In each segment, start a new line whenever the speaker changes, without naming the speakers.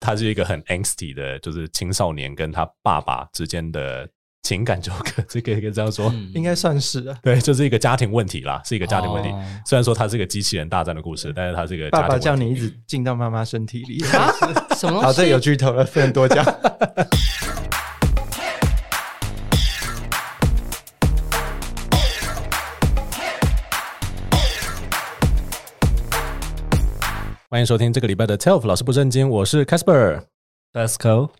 他是一个很 angsty 的，就是青少年跟他爸爸之间的情感纠葛，这个可以这样说。
嗯
应该算是 啊。
对，就是一个家庭问题啦，是一个家庭问题。
哦
虽然说它是一个机器人大战的故事，但是它是一个
爸爸
家
叫
庭
你
问题
一直进到妈妈身体 里。
什么东西？
好，这啊有剧透了，不能多 讲。
欢迎收听这个礼拜的 Telf 老师不正经，我是 Casper。
Basco，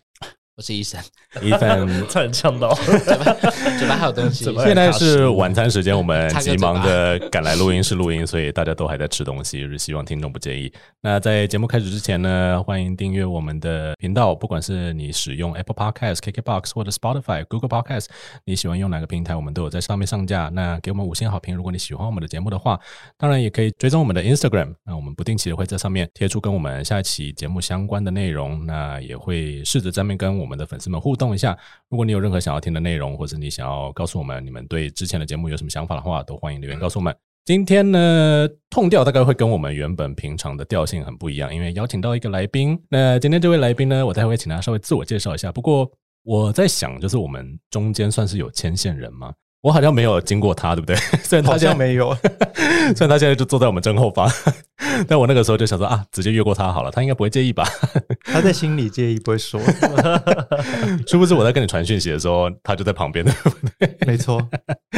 我是医生，
Ethan，
差点呛到。
嘴巴还有东西。
怎 么
现在是晚餐时间，我们急忙
插
的赶来录音室录音，所以大家都还在吃东西，就是希望听众不介意。那在节目开始之前呢，欢迎订阅我们的频道，不管是你使用 Apple Podcast、KKBox 或者 Spotify、Google Podcast，你喜欢用哪个平台，我们都有在上面上架。那给我们五星好评，如果你喜欢我们的节目的话，当然也可以追踪我们的 Instagram，那我们不定期的会在上面贴出跟我们下一期节目相关的内容，那也会试着在面跟我们的粉丝们互动一下。如果你有任何想要听的内容，或者你想要告诉我们你们对之前的节目有什么想法的话，都欢迎留言告诉我们。今天呢，痛调大概会跟我们原本平常的调性很不一样，因为邀请到一个来宾。那今天这位来宾呢，我待会请他稍微自我介绍一下。不过我在想，就是我们中间算是有牵线人吗？我好像没有经过他，对不 对？虽然他
好
现在
像没有，
虽然他现在就坐在我们正后方， 但我那个时候就想说啊，直接越过他好了，他应该不会介意吧？
他在心里介意，不会说。
殊不知我在跟你传讯息的时候，他就在旁边，对不对？
没错，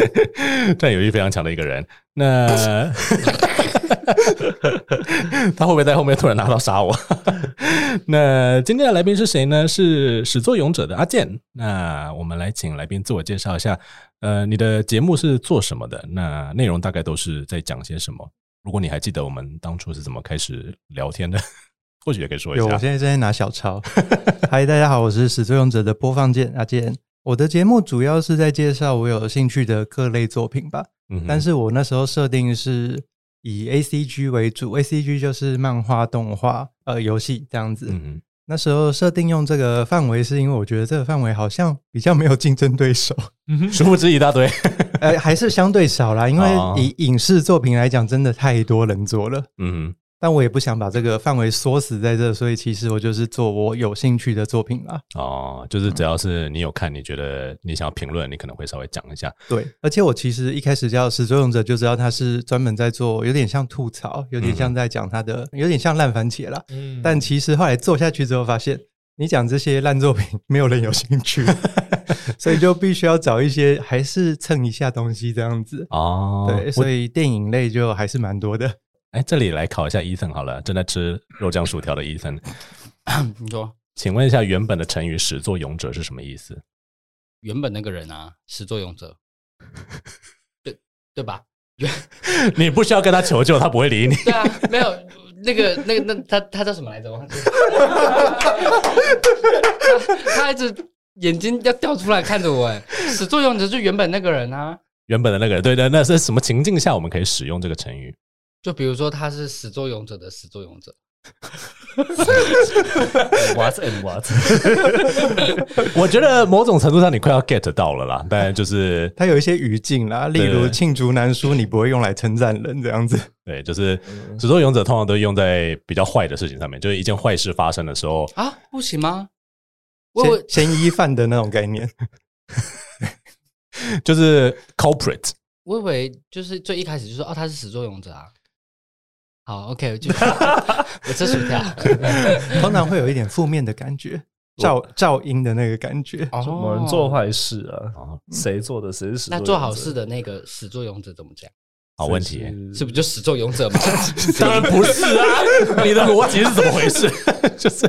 占有欲非常强的一个人。 那他会不会在后面突然拿刀杀我？那今天的来宾是谁呢？是始作俑者的阿健。那我们来请来宾自我介绍一下。呃，你的节目是做什么的？那内容大概都是在讲些什么？如果你还记得我们当初是怎么开始聊天的， 或许也可以说一
有，我
下
现。在正在拿小抄。 嗨，大家好，我是始作俑者的播放键阿健。我的节目主要是在介绍我有兴趣的各类作品吧，
嗯哼
但是我那时候设定是以 A C G 为主，A C G 就是漫画、动画、呃游戏这样子。
嗯哼。
那时候设定用这个范围，是因为我觉得这个范围好像比较没有竞争对手，
殊不知一大堆。
呃，还是相对少啦。因为
哦
以影视作品来讲，真的太多人做了。
嗯
但我也不想把这个范围缩死在这，所以其实我就是做我有兴趣的作品啦。
哼，哦，就是只要是你有看，你觉得你想要评论，你可能会稍微讲一下。
对，而且我其实一开始叫始作俑者就知道他是专门在做，有点像吐槽，有点像
嗯
在讲他的，有点像烂番茄啦。
嗯
但其实后来做下去之后，发现你讲这些烂作品，没有人有兴 趣，所以就必须要找一些还是蹭一下东西这样子。
哦，
对，
我
所以电影类就还是蛮多的。
哎，这里来考一下伊森好了，正在吃肉酱薯条的伊森，
你说
请问一下，原本的成语“始作俑者”是什么意思？
原本那个人啊，始作俑者， 对对吧？
你不需要跟他求救，他不会理你。
对啊，没有那个那个那他他叫什么来着？我忘记了 他他一直眼睛要掉出来看着我，哎，始作俑者就原本那个人啊。
原本的那个人，对对，那是什么情境下我们可以使用这个成语？
就比如说他是始作俑者的始作俑者，
What and What？
我觉得某种程度上你快要 get 到了啦，但就是
它有一些语境啦，例
对
如
对
罄竹难书，你不会用来称赞人这样子。
对，就是始作俑者通常都用在比较坏的事情上面，就是一件坏事发生的时候，
啊，不行吗？我我
嫌嫌疑犯的那种概 念，
就是 culprit，
我以为就是最一开始就说哦，他是始作俑者啊。好，OK，我 继续我吃薯条。
通常会有一点负面的感觉，噪噪音的那个感觉。
哦
某人做坏事啊
哦，
谁做的谁是始作
那
俑者
做好事的那个始作俑者怎么讲？
好问题。
是不是就始作俑者嘛？
当然不 是啊！ 你的逻辑是怎么回事？ 就是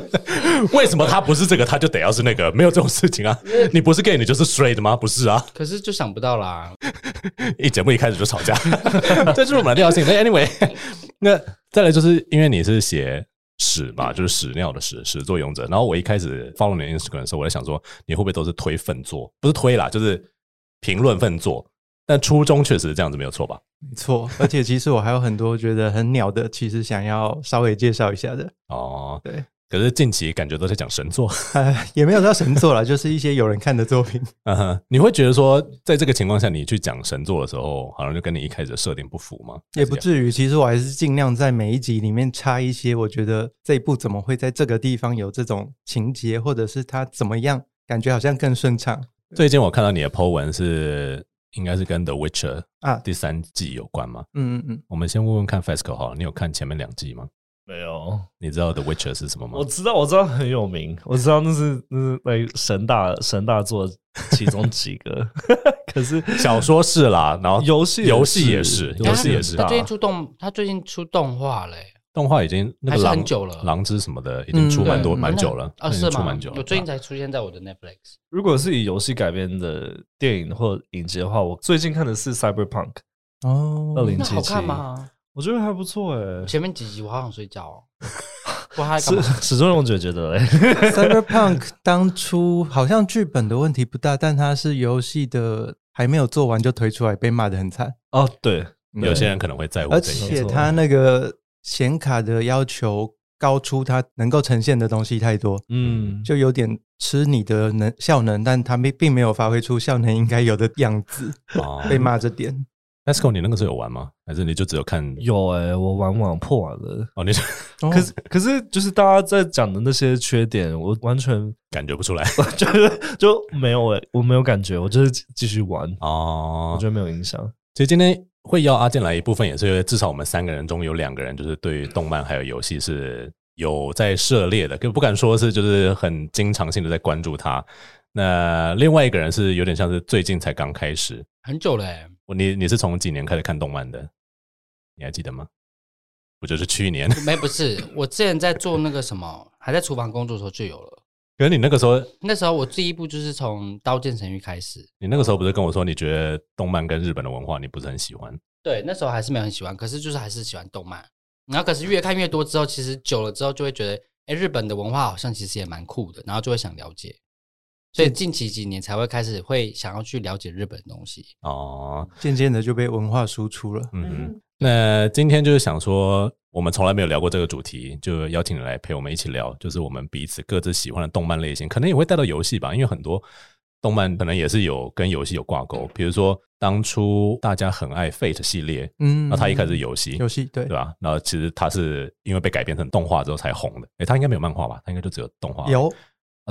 为什么他不是这个，他就得要是那个？没有这种事情啊！你不是 gay，你就是 straight 吗？不是啊！
可是就想不 到啦。
一节目一开始就吵架， 这就是我们的调性。那 anyway，那再来就是因为你是写屎嘛，就是屎尿的屎，屎作俑者。然后我一开始 follow 你的 Instagram 的时候，我在想说你会不会都是推粪作？不是推啦，就是评论粪作。但初衷确实是这样子，没有错吧？
没错，而且其实我还有很多觉得很鸟的，其实想要稍微介绍一下的。
哦，
对，
可是近期感觉都在讲神作，
呃，也没有到神作啦，就是一些有人看的作 品。
嗯哼，你会觉得说，在这个情况下，你去讲神作的时候，好像就跟你一开始的设定不符吗？
也不至于，其实我还是尽量在每一集里面插一些，我觉得这一部怎么会在这个地方有这种情节，或者是它怎么样，感觉好像更顺畅
最近我看到你的 po 文是，应该是跟《The Witcher》
啊。
第三季有关吗？
嗯嗯嗯，
我们先问问看 E FESCO 好了，你有看前面两季吗？
没有，
你知道《The Witcher》是什么吗
我？知道，我知道很有名，我知道那是那是那神大神大作其中几个， 可是
小说是啦，然后
游戏
哦游戏也是
游
游
戏
戏
也
也啊
是
是
哎他
大
最近出动，他最近出动画嘞，
动画已经那
还
个
是
狼
很久了
狼之什么的已经出
嗯
蛮多
对
蛮久了，
啊，
已经
是
出
吗
蛮久？了。
我最近才出现在我的 Netflix。
如果是以游戏改编的电影或影集的话，我最近看的是《Cyberpunk
哦，
二零
那
七
好
七
看》，吗？
我觉得还不错哎、
前面几集我好想睡觉 哦，不然他在干
始
嘛？
始终荣觉觉得嘞，
Cyberpunk 当初好像剧本的问题不大，但它是游戏的还没有做完就推出来，被骂的很惨。
哦对，
嗯有些人可能会在乎
而
这一点。
且它那个显卡的要求高出它能够呈现的东西太多，
嗯，
就有点吃你的能效能，但它没并没有发挥出效能应该有的样子，
哦
被骂 这点。
FESCO，你那个时候有玩吗？还是你就只有看？
有哎、我玩网破完了。
哦，你就
可是，可是，就是大家在讲的那些缺点，我完全
感觉不出来
就是就没有哎、我没有感觉，我就是继继续玩，
哦
我觉得没有影响。
其实今天会邀阿健来一部分，也是因为至少我们三个人中有两个人就是对于动漫还有游戏是有在涉猎的，可不敢说是就是很经常性的在关注它。那另外一个人是有点像是最近才刚开始，
很久欸嘞，
我你你是从几年开始看动漫的？你还记得吗？不就是去年？
没不是，我之前在做那个什么，还在厨房工作的时候就有了。
可是你那个时候，
那时候我第一部就是从《刀剑神域》开始，
你那个时候不是跟我说你觉得动漫跟日本的文化你不是很喜欢？
对，那时候还是没有很喜欢，可是就是还是喜欢动漫。然后可是越看越多之后，其实久了之后就会觉得，哎，日本的文化好像其实也蛮酷的，然后就会想了解。所以近期几年才会开始会想要去了解日本的东西。
哦，
渐渐的就被文化输出了。
嗯哼，那今天就是想说，我们从来没有聊过这个主题，就邀请你来陪我们一起聊，就是我们彼此各自喜欢的动漫类型，可能也会带到游戏吧，因为很多动漫可能也是有跟游戏有挂
嗯
钩，比如说当初大家很爱 Fate 系列，
嗯，
那啊它一开始是游戏。
游戏对
对吧？然后其实它是因为被改编成动画之后才红的。诶，它应该没有漫画吧？它应该就只有动画。
有，
哦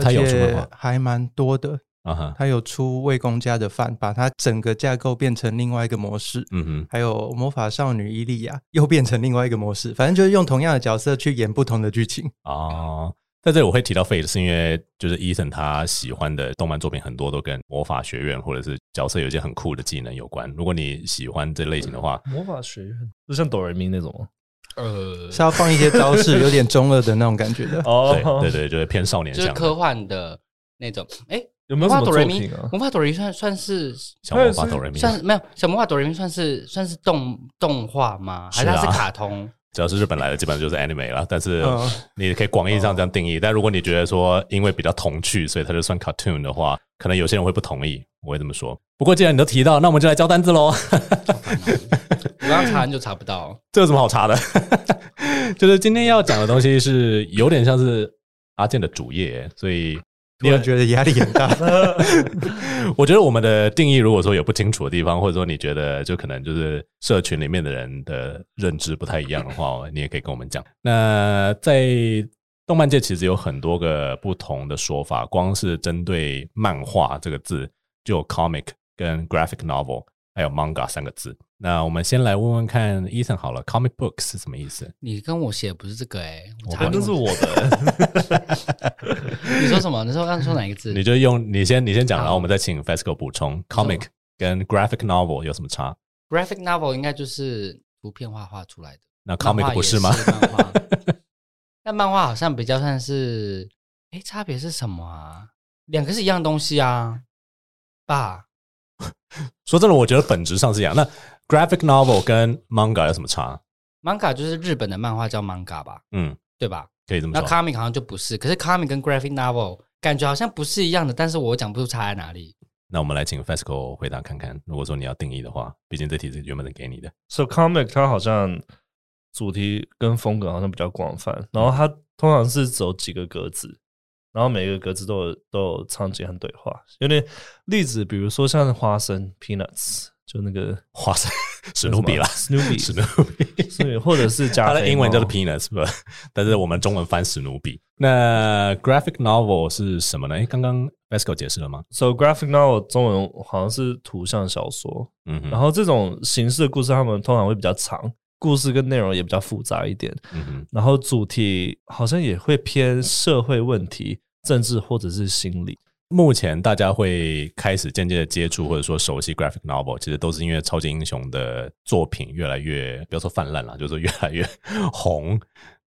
它有出漫画
还蛮多的。
啊哈，
它有出《魏公家的饭》，把它整个架构变成另外一个模式。
嗯哼，
还有《魔法少女伊利亚》又变成另外一个模式，反正就是用同样的角色去演不同的剧情。
哦，在这里我会提到 Fate，是因为就是 Ethan 他喜欢的动漫作品很多都跟魔法学院或者是角色有一些很酷的技能有关。如果你喜欢这类型的话，
魔法学院就像哆瑞咪那种啊吗？
呃，
是要放一些招式，有点中二的那种感 觉
对
的。
哦
对对，就是偏少年
就是
向
科
的
幻的那种。哎、
有没
魔
有什
法
么
哆
作
瑞咪
品啊，？
魔法哆瑞咪算算是
小魔法哆瑞咪，
算没有小魔法哆瑞咪算是算是动动画吗？还
是
是
啊
它是卡通？
只要是日本来的，基本上就是 anime 了。但是
嗯
你可以广义上这样定义，但如果你觉得说因为比较童趣，所以它就算 cartoon 的话，可能有些人会不同意。我会这么说。不过既然你都提到，那我们就来教单字喽。
我刚刚查就查不到。
这有什么好查的？ 就是今天要讲的东西是有点像是阿健的主业，所以
你有觉得压力很大？
我觉得我们的定义如果说有不清楚的地方，或者说你觉得就可能就是社群里面的人的认知不太一样的话，你也可以跟我们讲。那在动漫界其实有很多个不同的说法，光是针对漫画这个字，就有 comic 跟 graphic novel，还有 manga 三个字。那我们先来问问看 Ethan 好了，comic book 是什么意思？
你跟我写的不是这个哎、我查
反正是我 的、
你说什么？你说刚刚说哪一个字？
你就用你先你先讲，然后我们再请 FESCO 补充
说
comic 跟 graphic novel 有什么差？
graphic novel 应该就是图片画画出来的
那
漫画
comic
也
不是吗？
漫画 但漫画好像比较算是，哎，差别是什么啊？两个是一样东西啊，爸。
说真的，我觉得本质上是一样。那 graphic novel 跟 manga 有什么差？
manga 就是日本的漫画叫 manga 吧，
嗯，
对吧？
可以这么
那
说。
comic 好像就不是，可是 comic 跟 graphic novel 感觉好像不是一样的，但是我讲不出差在 哪里。
那我们来请 FESCO 回答看看。如果说你要定义的话，毕竟这题是原本是给你的。
So comic 它好像主题跟风格好像比较广泛，然后它通常是走几个格子，然后每个格子都有都有场景和对话。有点例子，比如说像花生 （peanuts），就那个
哇塞，史努比啦，
史努比
史努比，
对，或者是加
它的英文叫做
皮
peanuts，不，但是我们中文翻史努比。那 graphic novel 是什么呢？诶刚刚 Basco 解释了吗？
So graphic novel 中文好像是图像小说，
嗯哼，
然后这种形式的故事，他们通常会比较长，故事跟内容也比较复杂一点，
嗯哼，
然后主题好像也会偏社会问题、政治或者是心理。
目前大家会开始渐渐的接触或者说熟悉 graphic novel，其实都是因为超级英雄的作品越来越，不要说泛滥了，就是越来越红。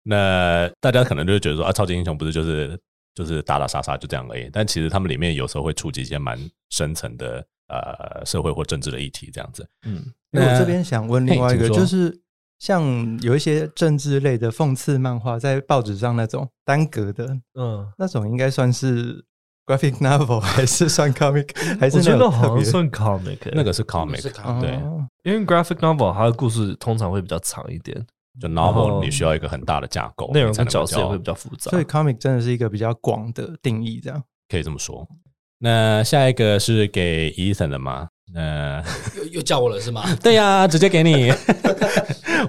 那大家可能就会觉得说啊，超级英雄不是就是就是打打杀杀就这样而已，但其实他们里面有时候会触及一些蛮深层的呃社会或政治的议题，这样子。
嗯，
因为我这边想问另外
嘿
一个，
请说
就是像有一些政治类的讽刺漫画，在报纸上那种单格的
嗯，
那种，应该算是 graphic novel 还是算 comic？还是
我
那种
觉得
特
好像
别
算 comic，欸、
那个是
是
comic，
comic
对，
哦
因为 graphic novel 它的故事通常会比较长一点，
就
然
novel
后
你需要一个很大的架构，
内容
你才
跟
能够
角色也
叫
会比较复杂。
所以 comic 真的是一个比较广的定义，这样。
可以这么说。那下一个是给 Ethan 的吗？呃，
又又叫我了 是吗？
对呀、直接给 你。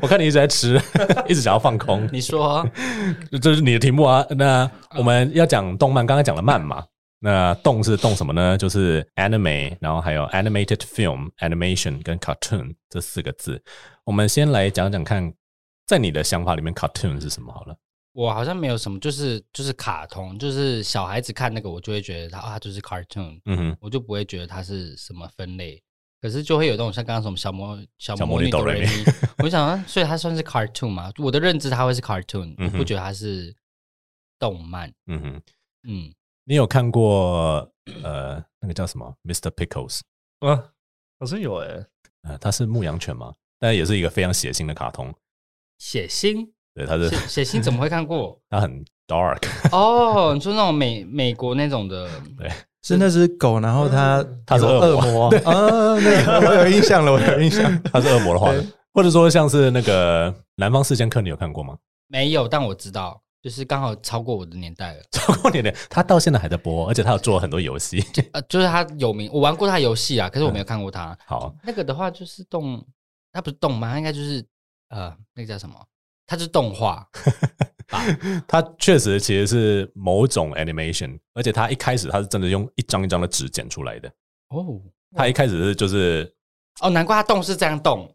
我看你一直在 吃，一直想要放空，
你说
这是你的题目啊。那我们要讲动漫，刚才讲了漫嘛。那动是动什么呢？就是 anime，然后还有 animated film、animation 跟 cartoon 这四个字。我们先来讲讲看，在你的想法里面，cartoon 是什么好了。
我好像没有什么，就是就是卡通，就是小孩子看那个，我就会觉得它啊，它就是 cartoon，
嗯哼，
我就不会觉得它是什么分类。可是就会有那种像刚刚什么小魔小
小
魔
魔女
哆
哆
瑞
瑞
咪，我就想，啊所以它算是 cartoon 嘛？我的认知它会是 cartoon，我
嗯哼
不觉得它是动漫。
嗯哼。
嗯，
你有看过呃那个叫什么 Mr. Pickles？
啊，好像有哎、欸，
呃，它是牧羊犬吗？但也是一个非常血腥的卡通。
血腥，
对，它 是
血血腥怎么会看过？
它很 dark，
哦，你说那种美美国那种的，
是那只狗，然后它
它是
有
恶
恶魔 啊，那个我有印象了，我有印象。
它是恶魔的画的，或者说像是那个《南方四剑客》，你有看过吗？
没有，但我知道，就是刚好超过我的年代了。
超过年的，它到现在还在播，而且它有做很多游 戏。
呃，就是它有名，我玩过它游戏啊，可是我
嗯
没有看过它。
好，
那个的话就是动，它不是动漫，它应该就是呃，那个叫什么？它是动画，
它确实其实是某种 animation，而且它一开始它是真的用一张一张的纸剪出来的。
哦
它一开始是就是
哦，难怪它动是这样 动，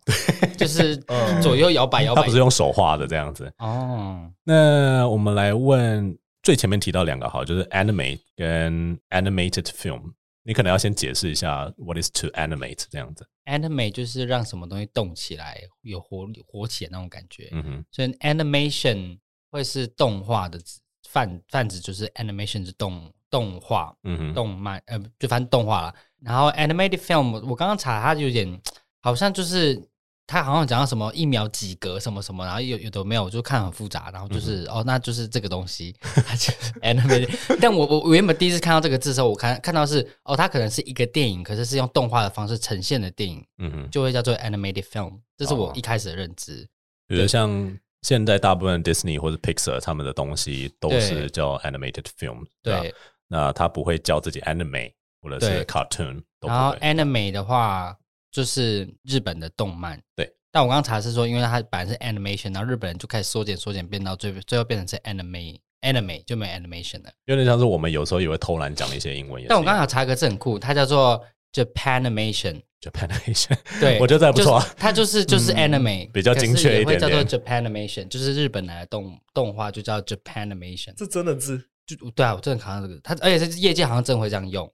就是
嗯
左右摇摆摇
它
摆
不。是用手画的这样子，
哦，
那我们来问最前面提到两个好，就是 animate 跟 animated film。你可能要先解释一下 what is to animate 这样子。
anime 就是让什么东西动起来，有活力活起来那种感觉。
嗯哼，
所以 animation 会是动画的指泛泛指，就是 animation 是动动画
嗯哼，
动漫，呃，就反正动画啦。然后 animated film，我刚刚查它有点好像就是它好像讲到什么一秒几格什么什么，然后有有的没有，我就看很复杂。然后就是、哦，那就是这个东西， 它就是 animated。但我我我原本第一次看到这个字的时候，我看看到是哦，它可能是一个电影，可是是用动画的方式呈现的电影，
嗯哼，
就会叫做 animated film。这是我
哦
一开始的认知。
比如像现在大部分 Disney 或者 Pixar 他们的东西都是
对
叫 animated film，吧
对，
那他不会叫自己 anime 或者是
对
cartoon，都不
然后哎
会。
anime 的话，就是日本的动漫。
对，
但我刚刚查是说，因为它本来是 animation，然后日本人就开始缩减缩减，变到最最后变成是 anime anime 就没有 animation 了。
有点像是我们有时候也会偷懒讲一些英文也是一样。
但我刚好查一个字很酷，它叫做 Japanimation。
Japanimation，
对，
我觉得这还不错啊嗯
就是 它就是就是 anime，、
比较精确一点点
可是也会叫做 Japanimation，就是日本来的动动画就叫 Japanimation。
这真的是
就对啊，我真的看到这个，它而且是业界好像真的会这样用。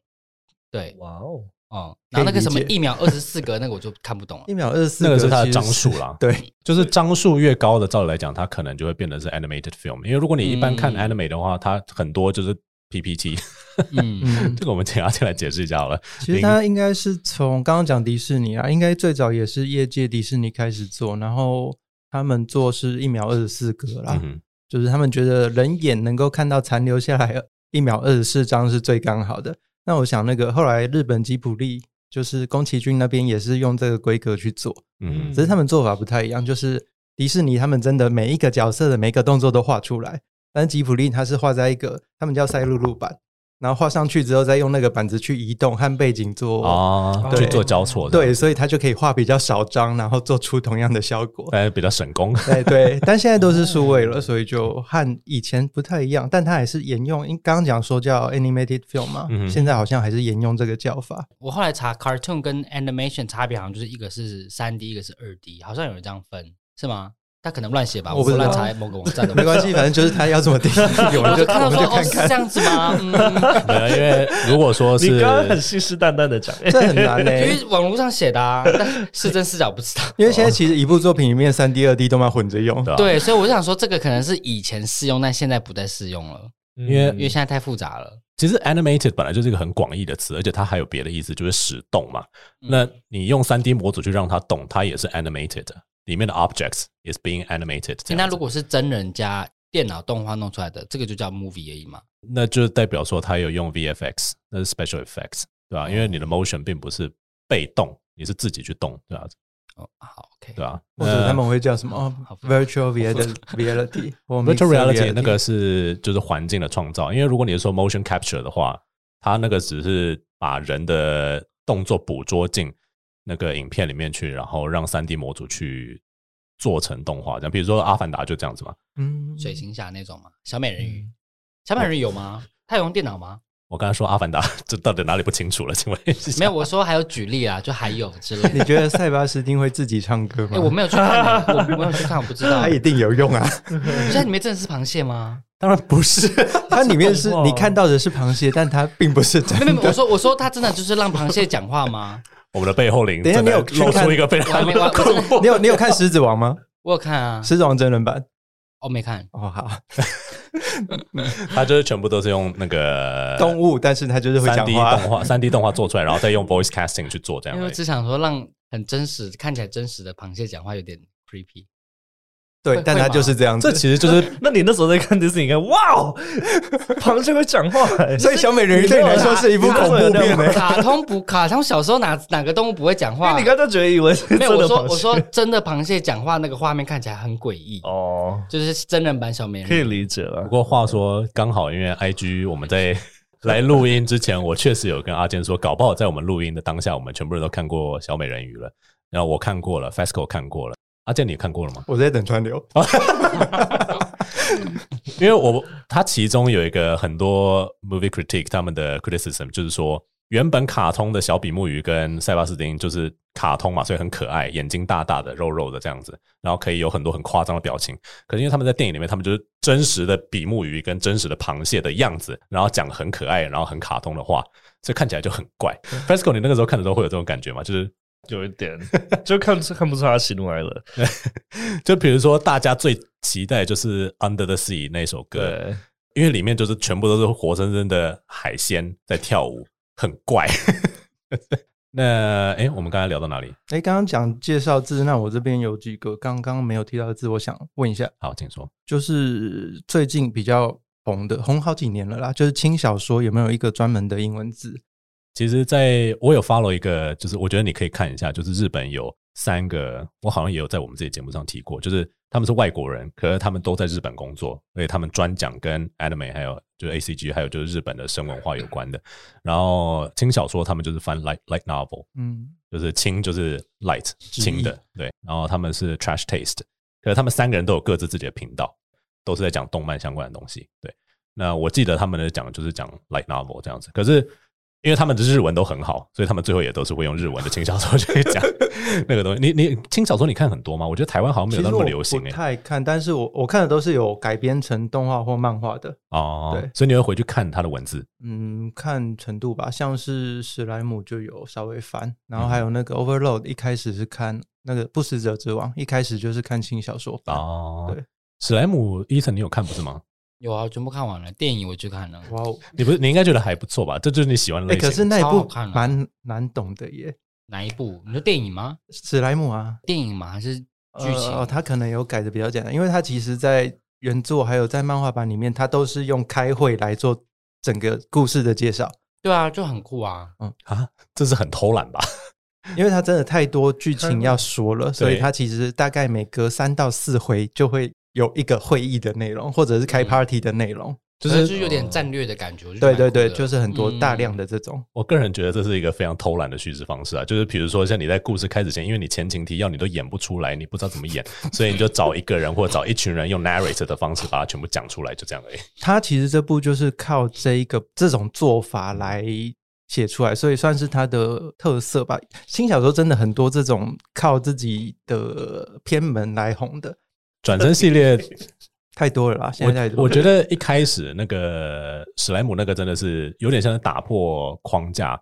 对，
哇哦，
哦、然后
可
那
以
个
理
什么
解
一秒二十四格那个我就看不懂了
一。秒二十四，
那个是它的张数啦。
对，
就是张数越高的，照理来讲，它可能就会变得是 animated film。因为如果你一般看
嗯
anime 的话，它很多就是 PPT。
嗯。
嗯，
这个我们等一下再来解释一下好了。
其实它应该是从刚刚讲迪士尼啊，应该最早也是业界迪士尼开始做，然后他们做是一秒二十四格
啊
啦，
嗯哼，
就是他们觉得人眼能够看到残留下来一秒二十四张是最刚好的。那我想那个后来日本吉卜力就是宫崎骏那边也是用这个规格去做，
嗯
只是他们做法不太一样，就是迪士尼他们真的每一个角色的每一个动作都画出来，但是吉普力它是画在一个他们叫赛璐璐板，然后画上去之后再用那个板子去移动和背景
嗯
做。
啊，
对
去做交错的，
对，，所以它就可以画比较少张，然后做出同样的 效果。
但是哎比较省工。
对对，但现在都是数位了，所以就和以前不太一样，但它还是沿用，因刚刚讲说叫 animated film 嘛，
嗯哼
现在好像还是沿用这个叫法。
我后来查 cartoon 跟 animation 差别好像就是一个是三 D，一个是二 D，好像有人这样分，是吗？他可能乱写吧，
我不知道
乱查某个网站的。
没关系，反正就是他要怎么定，有人
我
就
就看
看，我
到
们
说
就
哦
看
是
看
这。样子吗？嗯，
对啊，因为如果说是
你刚刚很信誓旦旦的讲，哎
这很难欸呢、
因为网络上写的啊，但是真是假我不知道。
因为现在其实一部作品里面三 D、二 D 都蛮混着用。
对啊
对，所以我就想说，这个可能是以前适用，但现在不再适用了，
因
为
嗯
因为现在太复杂了。
其实 animated 本来就是一个很广义的词，而且它还有别的意思，就是使动嘛。
嗯
那你用三 D 模组去让它动，它也是 animated，里面的 objects is being animated 这样子。
那如果是真人加电脑动画弄出来的，这个就叫 movie 而已嘛。
那就代表说它有用 VFX，那是 special effects，对
哦
吧、因为你的 motion 并不是被动，你是自己去动，对吧、
哦，好，OK，
对吧、啊？
或者他们会叫什么、哦
好、
virtual reality reality 或
virtual
mixed
reality 那个是就是环境的创造，因为如果你是说 motion capture 的话，它那个只是把人的动作捕捉进那个影片里面去，然后让三 D 模组去做成动画。这样，比如说《阿凡达》就这样子嘛。
嗯
水行侠那种嘛，小美人鱼，小美人
哦
鱼有吗？他有用电脑吗？
我刚才说《阿凡达》这到底哪里不清楚了？请问一下
没有，我说还有举例啊，就还有之类
你
的。
觉得塞巴斯汀会自己唱歌吗？
哎，我没有去看欸，我我没有去看，我不知道
他。一定有用啊！
现在里面真的是螃蟹吗？
当然不是，
它里面是
动画
你看到的是螃蟹，但它并不是真
没
的。
有没有，我说我说他真的就是让螃蟹讲话吗？
我们的背后灵
等一下
真的
你有去
露
看
出一个非
我还
常
没我我真的
你有你有看《狮子王》吗？
我有看啊，
《狮子王》真人版
我没看。
哦，好，
它就是全部都是用那个
动物，但是它就是会
呃三
讲
D
话
动。画、三 D 动画做出来，然后再用 voice casting 去做这样
因
而
为
已。
只想说让很真实、看起来真实的螃蟹讲话有点 creepy。
对
会，
但它就是这样
这
子。
其实就是
那你那时候在看迪士尼，应该哇哦，螃蟹会讲话、欸，
所以小美人鱼对你来说是一部恐怖片呢、
卡通不卡通，小时候哪哪个动物不会讲
因
话
为你？刚才觉得以为是真
没
的
有，我说
螃蟹
我说真的螃蟹讲话那个画面看起来很诡异，
哦，
就是真人版小美
可以
人鱼。
理解了
不。过话说，刚好因为 IG 我们在来录音之前，我确实有跟阿健说，搞不好在我们录音的当下，我们全部人都看过《小美人鱼》了。然后我看过了，FESCO 看过了，阿健你看过了吗？
我在等川流，
因为我它其中有一个很多 movie critic 他们的 criticism 就是说，原本卡通的小比目鱼跟塞巴斯汀就是卡通嘛，所以很可爱，眼睛大大的、肉肉的这样子，然后可以有很多很夸张的表情。可是因为他们在电影里面，他们就是真实的比目鱼跟真实的螃蟹的样子，然后讲很可爱，然后很卡通的话，所以看起来就很怪。Fresco，你那个时候看的时候会有这种感觉吗？就是
有一点，就看看不出他喜怒哀乐。
就比如说大家最期待就是《Under the Sea》那首歌，
对，
因为里面就是全部都是活生生的海鲜在跳舞，很怪。 那哎、诶我们刚才聊到哪里？
哎，刚刚讲介绍字，那我这边有几个刚刚没有提到的字，我想问一下，
好，请说。
就是最近比较红的，红好几年了啦，就是轻小说有没有一个专门的英文字？
其实在我有 follow 一个，就是我觉得你可以看一下，就是日本有三个，我好像也有在我们自己节目上提过，就是他们是外国人，可是他们都在日本工作，而且他们专讲跟 anime 还有就是 A C G 还有就是日本的生文化有关的。然后轻小说他们就是翻 light light novel，
嗯，
就是轻就是 light
直译
轻的，对。然后他们是 Trash Taste，可是他们三个人都有各自自己的频道，都是在讲动漫相关的东西。对，那我记得他们的讲就是讲 light novel 这样子，可是因为他们的日文都很好，所以他们最后也都是会用日文的轻小说去 讲那个东西。你你轻小说你看很多吗？我觉得台湾好像没
其
有
实
那
我
么流行欸
不
诶、
太看，但是我我看的都是有改编成动画或漫画的。
哦
对，
所以你会回去看他的文字。
嗯，看程度吧，像是史莱姆就有稍微翻，然后还有那
嗯
个 Overload，一开始是看那个不死者之王，一开始就是看轻小说版。
哦
对，
史莱姆伊森你有看不是吗？
有啊，我全部看完了，电影我去看了。
哇哦，
你不是你应该觉得还不错吧？这就是你喜欢的
哎、
类型。
可是那一
超好
部
看啊
蛮难懂的耶，
哪一部？你说电影吗？
史莱姆啊，
电影吗？还是剧情？
呃，它可能有改的比较简单，因为它其实，在原作还有在漫画版里面，它都是用开会来做整个故事的介绍，
对啊，就很酷啊。
啊，这是很偷懒吧？
因为它真的太多剧情要说了，所以它其实大概每隔三到四回就会。有一个会议的内容，或者是开
嗯
party 的内容。
就是就是有点战略的感觉。我觉得
对
蛮
对
酷的嗯
对，就是很多大量的这种。
我个人觉得这是一个非常偷懒的叙事方式啊，就是比如说像你在故事开始前，因为你前情提要你都演不出来，你不知道怎么演，所以你就找一个人或者找一群人用 narrate 的方式把它全部讲出来，就这样而已。
他其实这部就是靠这一个这种做法来写出来，所以算是他的特色吧。轻小说真的很多这种靠自己的偏门来红的
转身系列，
太多了啦，现在太多了
我我觉得一开始那个史莱姆那个真的是有点像是打破框架，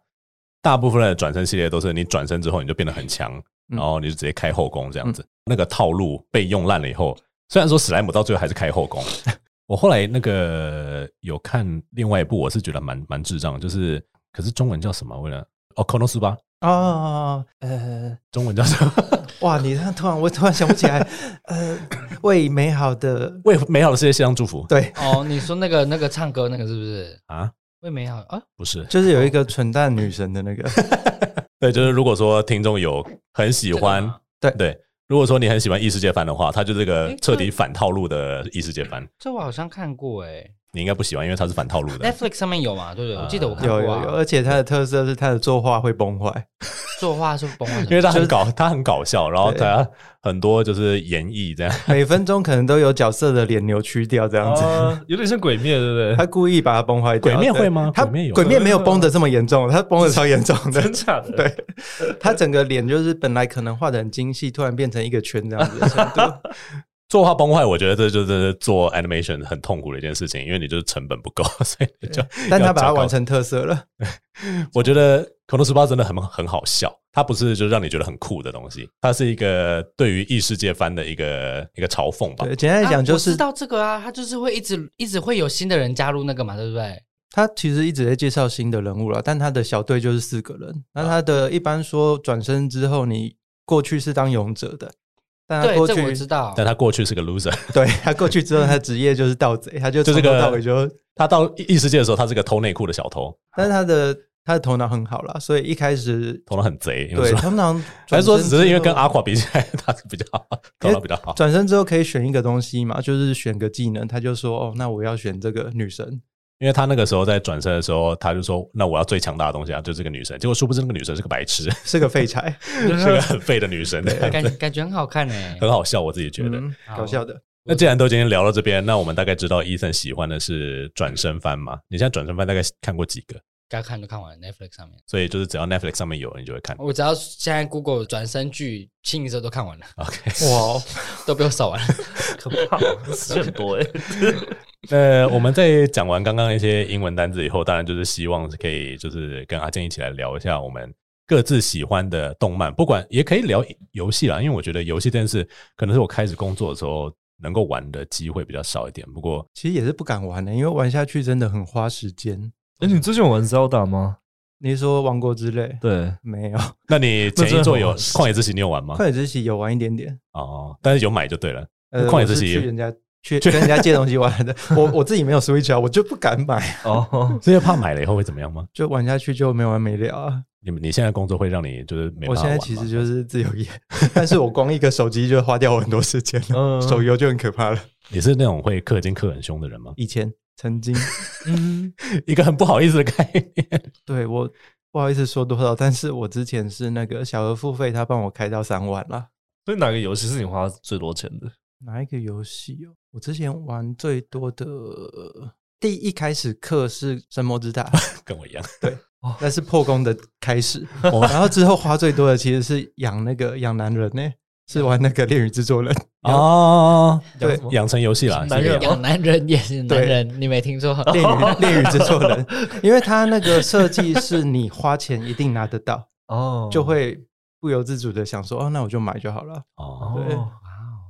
大部分的转身系列都是你转身之后你就变得很强，
嗯
然后你就直接开后宫这样子，那个套路被用烂了以后，虽然说史莱姆到最后还是开后 宫，我后来那个有看另外一部，我是觉得蛮蛮智障的，就是可是中文叫什么？为了哦 c o n o s 吧，
哦，呃，
中文叫什么？
哇，你看，突然我突然想不起来，呃，为美好的
为美好的世界献上祝福。
对，
哦，你说那个那个唱歌那个是不是？
啊，
为美好啊，
不是，
就是有一个蠢蛋女神的那 个，
对，就是如果说听众有很喜欢
这个吗，
对
对，如果说你很喜欢异世界番的话，它就是这个
诶
彻底反套路的异世界番，
这我好像看过哎、
你应该不喜欢，因为它是反套路的。
Netflix 上面有嘛？对不对？
啊
我记得我看
有有
过啊。
呃有，而且它的特色是它的作画会崩坏，
作画是崩坏
因为
的，
它很搞，它很搞笑，然后
对
它很多就是演绎这样，
每分钟可能都有角色的脸扭曲掉这样子。
啊，有点像鬼灭，对不对？
他故意把它崩坏掉。
鬼灭
对
会吗
他
鬼灭有
鬼灭没有崩的这么严重，他崩的超严重 的。
真假的？
对，他整个脸就是本来可能画的很精细，突然变成一个圈这样子的程 度。
作画崩坏，我觉得这就是做 animation 很痛苦的一件事情，因为你就是成本不够， 所以你就
但他
要
把它
找高
完成特色了。
我觉得《恐龙十八》真的很很好笑，它不是就是让你觉得很酷的东西，它是一个对于异世界番的一个一个嘲讽吧。
对，简单来讲
啊
就
我
是
知道这个啊，他就是会一直一直会有新的人加入那个嘛，对不对？
他其实一直在介绍新的人物了，但他的小队就是四个人。那他的一般说转身之后，你过去是当勇者的，但他
对，
过
这我
去
知道。
但他过去是个 loser，
对他过去之后，他的职业就是盗贼，他 就
就
从
是
头
个
到尾就
他到异世界的时候，他是个偷内裤的小偷，
但是他的他的头脑很好啦，所以一开始
头脑很贼。应该
对
说
通常
还
转
是说
身
只是因为
之后
跟阿垮比起来， 他是比较好，头脑比较好。
转身之后可以选一个东西嘛，就是选个技能，他就说哦，那我要选这个女神。
因为他那个时候在转身的时候，他就说：“那我要最强大的东西啊，就是这个女神。”结果殊不知那个女神是个白痴，
是个废柴，
是个很废的女 神，
感感觉很好看哎、
很好笑，我自己觉得。
嗯，搞笑的。
那既然都已经聊到这边，那我们大概知道伊森喜欢的是转身番嘛？你现在转身番大概看过几个？
该看就看完了 Netflix 上面，
所以就是只要 Netflix 上面有，你就会看。
我只要现在 Google 转身剧清一色都看完了，
OK，
哇，哦
都被我 扫完了。
可怕，时间很多哎。
那我们在讲完刚刚一些英文单字以后，当然就是希望是可以就是跟阿健一起来聊一下我们各自喜欢的动漫，不管也可以聊游戏啦，因为我觉得游戏这件事可能是我开始工作的时候能够玩的机会比较少一点。不过
其实也是不敢玩的、因为玩下去真的很花时间。
哎，你最近有玩 Zelda 吗？
你是说王国之泪
对，
没有？
那你前一座有
那真的
《
好
旷野之息》，你有玩吗？
旷野之息有玩一点点，
哦，但是有买就对了。
呃，
旷野
我
之
是
息
去人家去跟人家借东西玩 的。我我自己没有 Switch 啊，我就不敢买，
哦，
所以怕买了以后会怎么样吗？
就玩下去就没完没了啊。
你们你现在工作会让你就是没
我
办法玩
现在
吗
其实就是自由业， 但是我光一个手机就花掉我很多时间了，
嗯
手游就很可怕了。
你是那种会氪金氪很凶的人吗？
以前曾经。
嗯，
一个很不好意思的概念。
对我不好意思说多少，但是我之前是那个小额付费，他帮我开到三万啦。
所以哪个游戏是你花最多钱的？
哪一个游戏哦？我之前玩最多的，呃第一开始氪是《神魔之塔》，
跟我一样，
那是破功的开始。
哦
然后之后花最多的其实是养那个养男人呢、是玩那个《恋与制作人》
哦，
对
什么
养成游戏啦，
男人
是这样
养
吗
男人也是男人，你没听错？
《恋与恋与制作人》，因为他那个设计是你花钱一定拿得到，
哦
就会不由自主的想说，哦，那我就买就好了。
哦。
对
哦，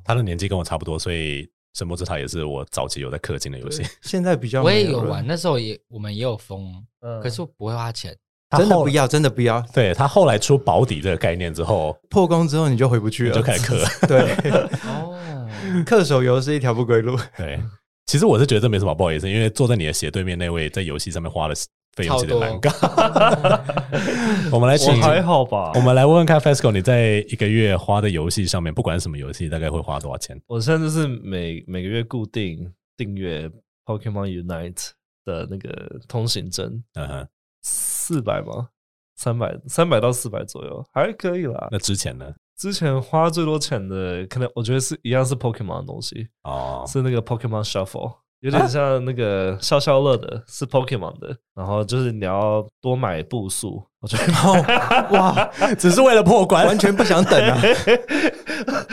他的年纪跟我差不多，所以《神魔之塔》也是我早期有在氪金的游戏。
现在比较
我也
没
有
了
玩，那时候也我们也有疯，
嗯
可是我不会花钱。
他
真的
后
不要，真的不要。
对他后来出保底这个概念之后，
破功之后你就回不去
你
了，
就开始氪。
对，嗯
哦，
氪手游是一条不归路。
对，其实我是觉得这没什么不好意思，因为坐在你的斜对面那位在游戏上面花了费用
超
有点
多
难搞。我们来请
我，还好吧
我。们来问问看 FESCO，你在一个月花的游戏上面，不管什么游戏，大概会花多少钱？
我现在就是每每个月固定订阅 Pokemon Unite 的那个通行证，
嗯哼，
四百吗？三百三百到四百左右，还可以啦。
那之前呢？
之前花最多钱的，可能我觉得是一样是 Pokemon 的东西，
哦，
是那个 Pokemon Shuffle，有点像那个消消乐的，是 Pokemon 的。然后就是你要多买步数，我觉得
哇，
只是为了破关，
完全不想等 啊！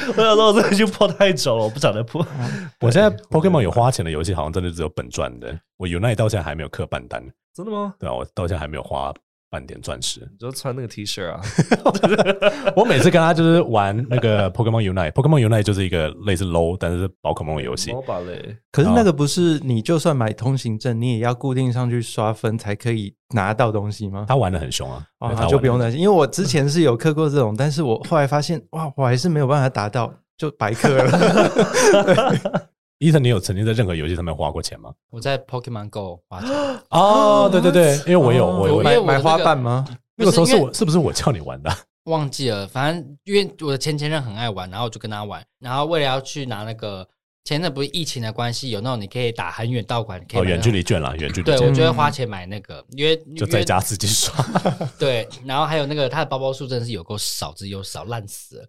我想说我这已经破太久了，我不想再破。
我现在 Pokemon 有花钱的游戏，好像真的只有本传的。我 Unite 到现在还没有氪半单，
真的吗？
对啊，我到现在还没有花半点钻石。
你就穿那个 T 恤啊，
我每次跟他就是玩那个 Pokemon Unite，Pokemon Unite 就是一个类似 low 但是是宝可梦的游戏
猫。把嘞，
可是那个不是你就算买通行证，你也要固定上去刷分才可以拿到东西吗？
他玩的很凶啊，
哦，
对
那就不用
玩得
担心，因为我之前是有刻过这种，但是我后来发现，哇，我还是没有办法达到，就白刻了。
很。伊藤，你有曾经在任何游戏上面花过钱吗？
我在 Pokemon Go 花钱，
哦，对对对，因为 我有，我
因
有我有
为
买
我那
买
个
花瓣吗？
那个时候是
因为
我是不是我叫你玩的？啊
忘记了，反正因为我的前前任很爱玩，然后我就跟他玩，然后为了要去拿那个前阵不是疫情的关系，有那种你可以打很远道馆，可以
哦，
买那
远
种
距离券啦，远距离
对，
券
我就
嗯
会花钱买那个，因为
就在家自己刷。
对，然后还有那个它的包包数真的是有够少之又少，烂死了，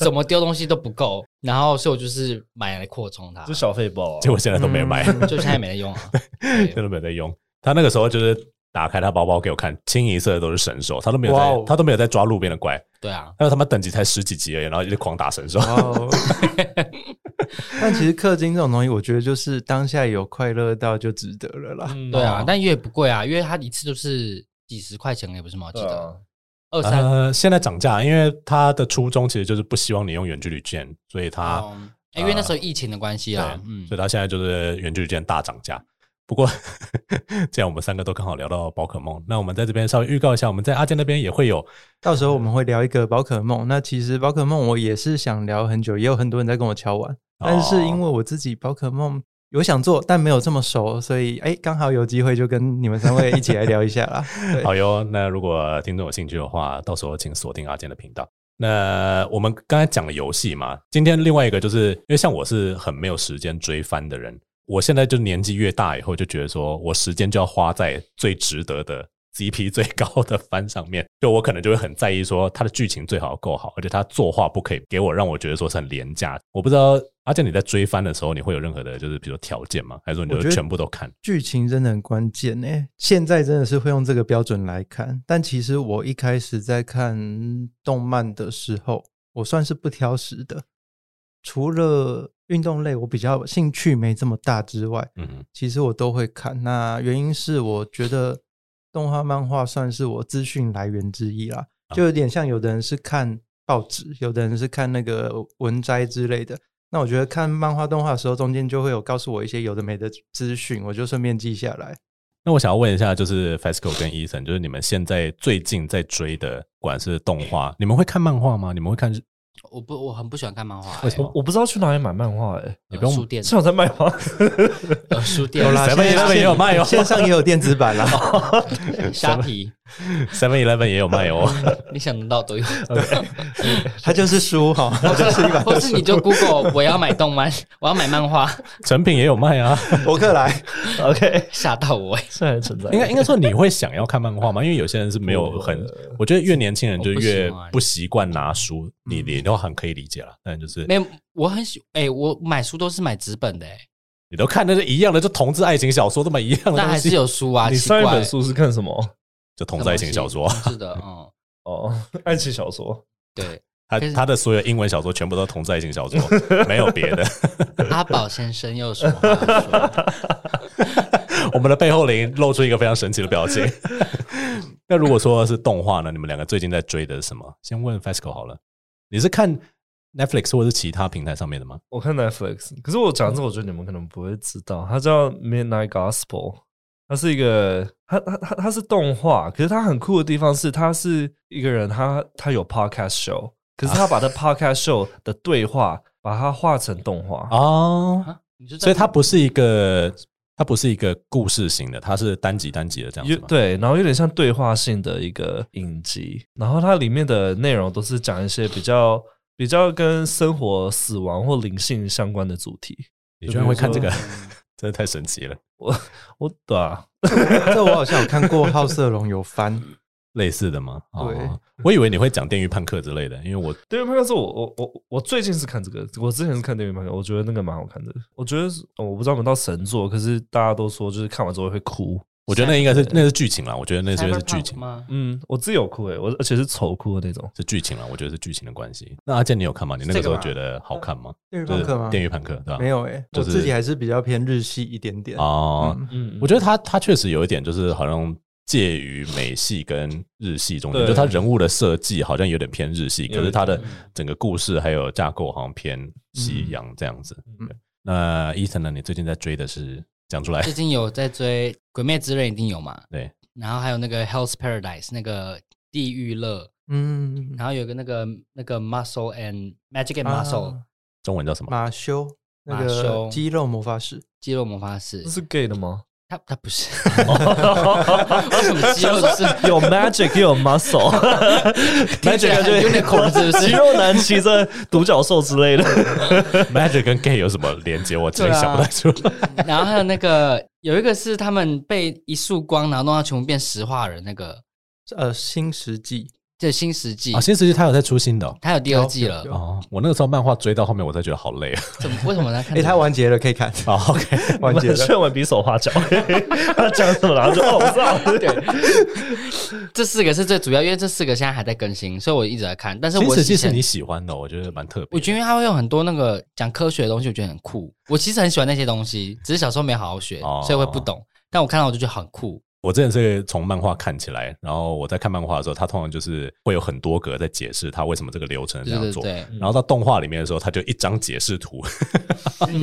怎么丢东西都不够。然后所以我就是买来扩充它，
就
就
小费包啊
结。果现在都没有买，
嗯
现在没得用啊。
真的没有在用。他那个时候就是打开他包包给我看，清一色的都是神兽，他都没有在，
哇哦
他都没有在抓路边的怪，
对啊，
他说他妈等级才十几级而已，然后一直狂打神兽。
哦， 但其实氪金这种东西，我觉得就是当下有快乐到就值得了啦。
嗯
对啊，，但因为不贵啊，因为它一次就是几十块钱而已，不是吗？我记
对
得
啊，
二三。
呃，现在涨价，因为他的初衷其实就是不希望你用远距离券，所以他、
嗯因为那时候疫情的关系
啊对
啊，，嗯
所以，他现在就是远距离券大涨价。 不过，既然我们三个都刚好聊到宝可梦，那我们在这边稍微预告一下，我们在阿健那边也会有
到时候我们会聊一个宝可梦。那其实宝可梦我也是想聊很久，也有很多人在跟我敲碗，但是因为我自己宝可梦有想做，但没有这么熟，所以哎，刚好有机会就跟你们三位一起来聊一下啦。对
好哟，那如果听众有兴趣的话，到时候请锁定阿健的频道。那我们刚才讲了游戏嘛，今天另外一个就是因为像我是很没有时间追番的人，我现在就年纪越大以后就觉得说我时间就要花在最值得的 CP 最高的番上面，就我可能就会很在意说它的剧情最好够好，而且它作画不可以给我让我觉得说是很廉价。我不知道阿健你在追番的时候你会有任何的就是比如说条件吗？还是说你
我
就
觉得
全部都看？
剧情真的很关键呢、现在真的是会用这个标准来看，但其实我一开始在看动漫的时候，我算是不挑食的，除了运动类我比较兴趣没这么大之外，
嗯哼，
其实我都会看。那原因是我觉得动画、漫画算是我资讯来源之一啦，
啊
就有点像有的人是看报纸，有的人是看那个文摘之类的。那我觉得看漫画、动画的时候，中间就会有告诉我一些有的没的资讯，我就顺便记下来。
那我想要问一下，就是 E FESCO 跟 Ethan，就是你们现在最近在追的，不管是动画，你们会看漫画吗？你们会 看？
我不，我很不喜欢看漫画、欸。
为什么
我不知道去哪里买漫画哎，
你不用
呃书 店，
现在有在卖 吗？
呃书店
有
7-Eleven
啦，现在线
也有卖哦
线上也有电子 版啦。
虾皮，
Seven Eleven 也有卖哦。
你想得到都有。
它就是书
哦
哈，它就是一把
或是你就 Google 我要买动漫，我要买漫画，
成品也有卖啊。
博客来。
OK，
吓到我、欸。
现在还存在。
应该应该说你会想要看漫画吗？因为有些人是没有很，我觉得越年轻人就越
我不喜欢嗯
不习惯拿书，你你都很可以理解了。但就是
没有，我很喜哎、我买书都是买纸本的、欸，
你都看的是一样的，就同志爱情小说这么一样的东西，
但还是有书啊。
你
奇怪
上一本书是看什么？
就同志爱情小说。
是的，嗯，
哦，爱情小说。
对，
他
可是
他的所有英文小说全部都是同志爱情小说， 没有别的。
阿宝先生又有什么话要说？啊
我们的背后灵露出一个非常神奇的表情。那如果说是动画呢？你们两个最近在追的是什么？先问 FESCO 好了，你是看 Netflix 或者是其他平台上面的吗？
我看 Netflix，可是我讲这，我觉得你们可能不会知道，它叫 Midnight Gospel，它是一个，它它它它是动画，可是它很酷的地方是，它是一个人，他他有 podcast show，可是 他把他 podcast show 的对话，把它画成动画，
哦，
啊你是在
所以它不是一个，它不是一个故事型的，它是单集单集的这样
有
子吗？
对，然后有点像对话性的一个影集，然后它里面的内容都是讲一些比较比较跟生活、死亡或灵性相关的主题。
你居然会看这个
就比，
真的太神奇了，
我对啊，
这我好像有看过《好色龙》有翻，
类似的吗？哦
对，
我以为你会讲《电狱判客》之类的，因为我
电影判客是我我我我最近是看这个，我之前是看电影判客，我觉得那个蛮好看的。我觉得是哦我不知道有没有到神作，可是大家都说就是看完之后会哭。
我觉得那应该是那是剧情啦，我觉得那应该是剧
Cyberpunk
情。
吗？
嗯，我自己有哭诶、我而且是愁哭的那种。
是剧情了，我觉得是剧情的关系。那阿健，你有看吗？你那个时候觉得好看吗？
电
就是
课吗？
《电狱判客》对吧？
没有哎，
就
我
是
自己还是比较偏日系一点点。
哦，
嗯
嗯
我觉得他他确实有一点，就是好像介于美系跟日系中间，
对
就他人物的设计好像有点偏日系，
有
可是他的
嗯
整个故事还有架构好像偏西洋这样子。
嗯
对那伊森呢？你最近在追的是讲出来
最近有在追《鬼灭之刃》，一定有嘛？
对，
然后还有那个《Hell's Paradise》那个地狱乐，
嗯，
然后有个那个那个 Muscle and Magic and
啊
Muscle、
中文叫 什么？
马修那
马
个
修
肌肉魔法师，
肌肉魔法师
这，是 gay 的吗？
他他不是，为什么肌肉是
有 magic 也有 muscle，
听起来很 unicorn 是不
肌
是？
肉男骑着独角兽之类的。
Magic 跟 Gay 有什么连接？我真的
对啊
想不太出来。
然后还有那个有一个是他们被一束光，然后弄到全部变石化人，那个
呃，新世纪
这《新石纪
啊，》，新世纪他有在出新的哦
它有第二季了
有有，
哦。我那个时候漫画追到后面，我才觉得好累啊。
怎么为什 么在看
哎，
这个？
他完结了，可以看，
哦，OK，
完结了。
劝完比手画 脚，他讲什么然后就哦，我知 道。
这四个是最主要，因为这四个现在还在更新，所以我一直在看。但是
新
我
世纪
之
是
前
你喜欢的哦，我觉得蛮特别的。
我觉得它会有很多那个讲科学的东西，我觉得很酷。我其实很喜欢那些东西，只是小时候没好好学，
哦
所以会不懂。但我看到我就觉得很酷。
我之前是从漫画看起来，然后我在看漫画的时候，它通常就是会有很多格在解释它为什么这个流程这
对
样
对嗯
做。
对，
然后到动画里面的时候，它就一张解释 图，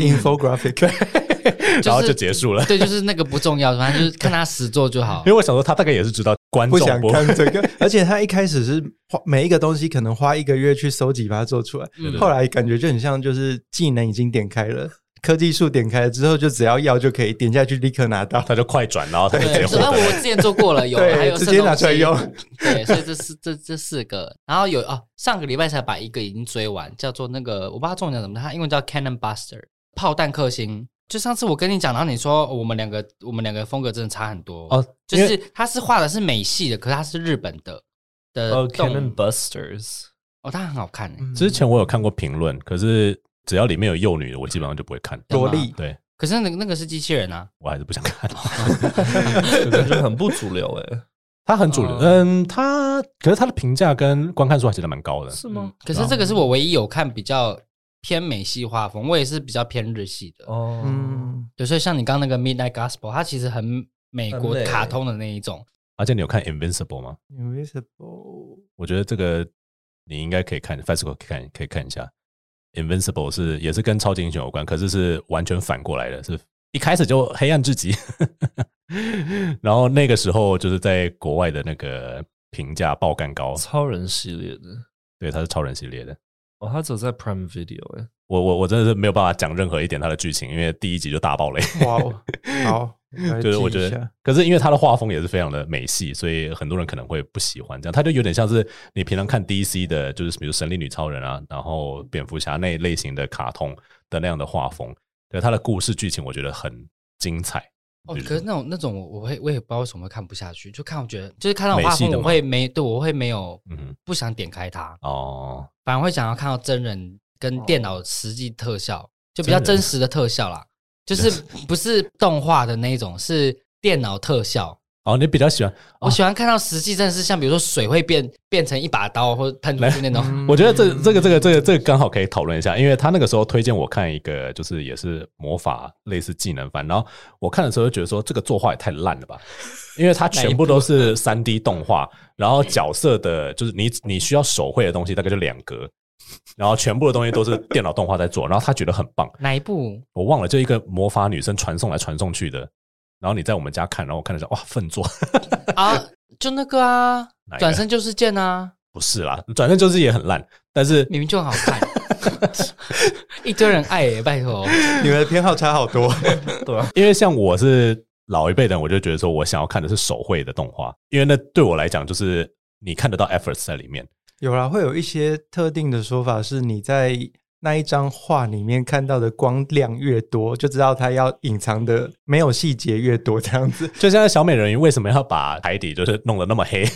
Infographic，
然后就结束了。
对，就是那个不重要，反正就是看他实做就好
因为。我想说，他大概也是知道观
不
众
想
不
看这个，而且他一开始是花每一个东西可能花一个月去收集把它做出来，
嗯
后来感觉就很像就是技能已经点开了，科技树点开了之后，就只要要就可以点下去立刻 拿到。
他就快转，然后他就直接
对，
获
所以我
得。
我嗯之前做过了，有还
对，
有
直
剩
接拿出来
东西
用。
对，所以这四这这四个，然后有哦，上个礼拜才把一个已经追完，叫做那个我不知道它中文叫什么，它英文叫 Cannon Buster 炮弹克星。就上次我跟你讲，然后你说哦我们两个我们两个风格真的差很多
哦
就
因为
是他是画的是美系的，可是他是日本的的
哦
动
，Cannon Busters，
哦，他很好看
嗯
欸，
之前我有看过评论，可是只要里面有幼女的，我基本上就不会看。
萝莉
对
可是那个那个是机器人啊，
我还是不想看。
感嗯觉很不主流哎，
他很主流，
哦
嗯，他可是他的评价跟观看数还真的蛮高的。
是
嗯？可是这个是我唯一有看比较偏美系画风，我也是比较偏日系的。
哦，
嗯，
对，所以像你刚刚那个 Midnight Gospel，它其实很美国
很美
欸
卡通的那一种。
而且你有看《Invincible》吗？
嗯 Invisible，
我觉得这个你应该可以看 f a s c o 可以看可以看一下。Invincible 是也是跟超级英雄有关，可是是完全反过来的，是一开始就黑暗至极。 然后那个时候就是在国外的那个评价爆干高，
超人系列的，
对，它是超人系列的。
哦，他只有在 Prime Video 哎，
我我我真的是没有办法讲任何一点它的剧情，因为第一集就大爆雷。
哇哦，好， 来
就是我
记
觉
一
得
下，
可是因为它的画风也是非常的美系，所以很多人可能会不喜欢这样。它就有点像是你平常看 DC 的，就是比如神力女超人啊，然后蝙蝠侠那一类型的卡通的那样的画风。对它的故事剧情，我觉得很精彩。
哦，
对
可是那种那种我我会我也不知道为什么会看不下去，就看我觉得就是看到
美
画
系
风
的
我
吗
会没对我会没有
嗯哼，
不想点开它，
哦，
反而会想要看到真人跟电脑实际特效，就比较
真人
真实的特效啦， 就是不是动画的那一种，是电脑特效。
哦，你比较喜欢？
我喜欢看到实际，真的是像比如说水会变变成一把刀或者喷出去那种。
我觉得这这个这个这个这个刚好可以讨论一下，因为他那个时候推荐我看一个，就是也是魔法类似技能番，然后我看的时候就觉得说这个作画也太烂了吧，因为它全部都是三 D 动画，然后角色的就是你你需要手绘的东西大概就两格，然后全部的东西都是电脑动画在做，然后他觉得很棒，
哪一部？
我忘了就一个魔法女生传送来传送去的，然后你在我们家看，然后我看了一下，哇，粪作
啊，就那个啊
哪一个，
转身就是剑啊，
不是啦，转身就是也很烂，但是
明明就很好看。 一堆人爱耶，拜托，
你们的偏好差好多。
因为像我是老一辈的人，我就觉得说我想要看的是手绘的动画，因为那对我来讲就是你看得到 efforts 在里面。
有啦，会有一些特定的说法，是你在那一张画里面看到的光亮越多，就知道它要隐藏的没有细节越多，这样子
就像小美人鱼为什么要把海底就是弄得那么 黑，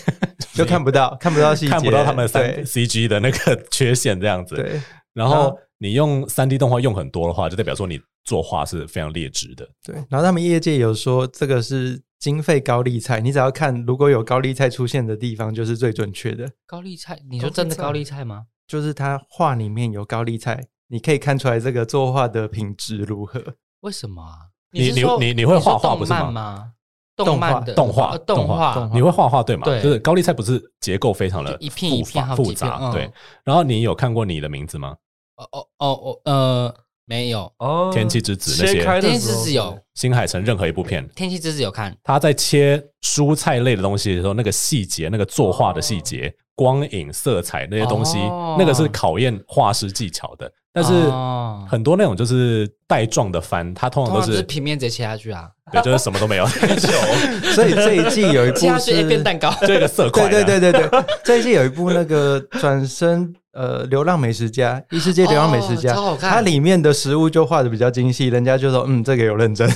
就看不到，看不到细节，
看不到他们三
对
CG 的那个缺陷这样子。
对
然
然
后
后
你用三 D 动画用很多的话，就代表说你作画是非常劣质的。
对。然后他们业界有说这个是经费高利菜，你只要看如果有高利菜出现的地方，就是最准确的，
高丽菜，你说真的高丽菜吗？
就是它画里面有高利菜，你可以看出来这个作画的品质如何。
为什么啊？
你
是说
你你你会画
说
画
动
不是吗
漫吗？
画
动漫的
动画
呃，动
画，你会画画对吗？
对
就是高丽菜不是结构非常的
就一片一
复
片
杂
好
复
几片，
杂
嗯
对。然后你有看过你的名字吗？
哦哦哦哦，呃，没有，
哦，
天气之子那些
切开的
天气
时
之
候
子有，
新海诚任何一部片，
天气之子有看，
他在切蔬菜类的东西的时候，那个细节、那个作画的细节、光影、色彩那些东西，
哦
那个是考验画师技巧的。但是
哦
很多那种就是带状的番，它通常
通
哦都
常就是是平面直接切下去啊，
对，就是什么都 没有，
所以这一季有一
切
部
下去
是
一片蛋糕。
就一个色块啊
对
这
对
样。
对对对， 这一季有一部那个转身呃流浪美食家，异世界流浪美食家，
哦超好看
它里面的食物就画的比较精细，人家就说嗯这个有认真，
哦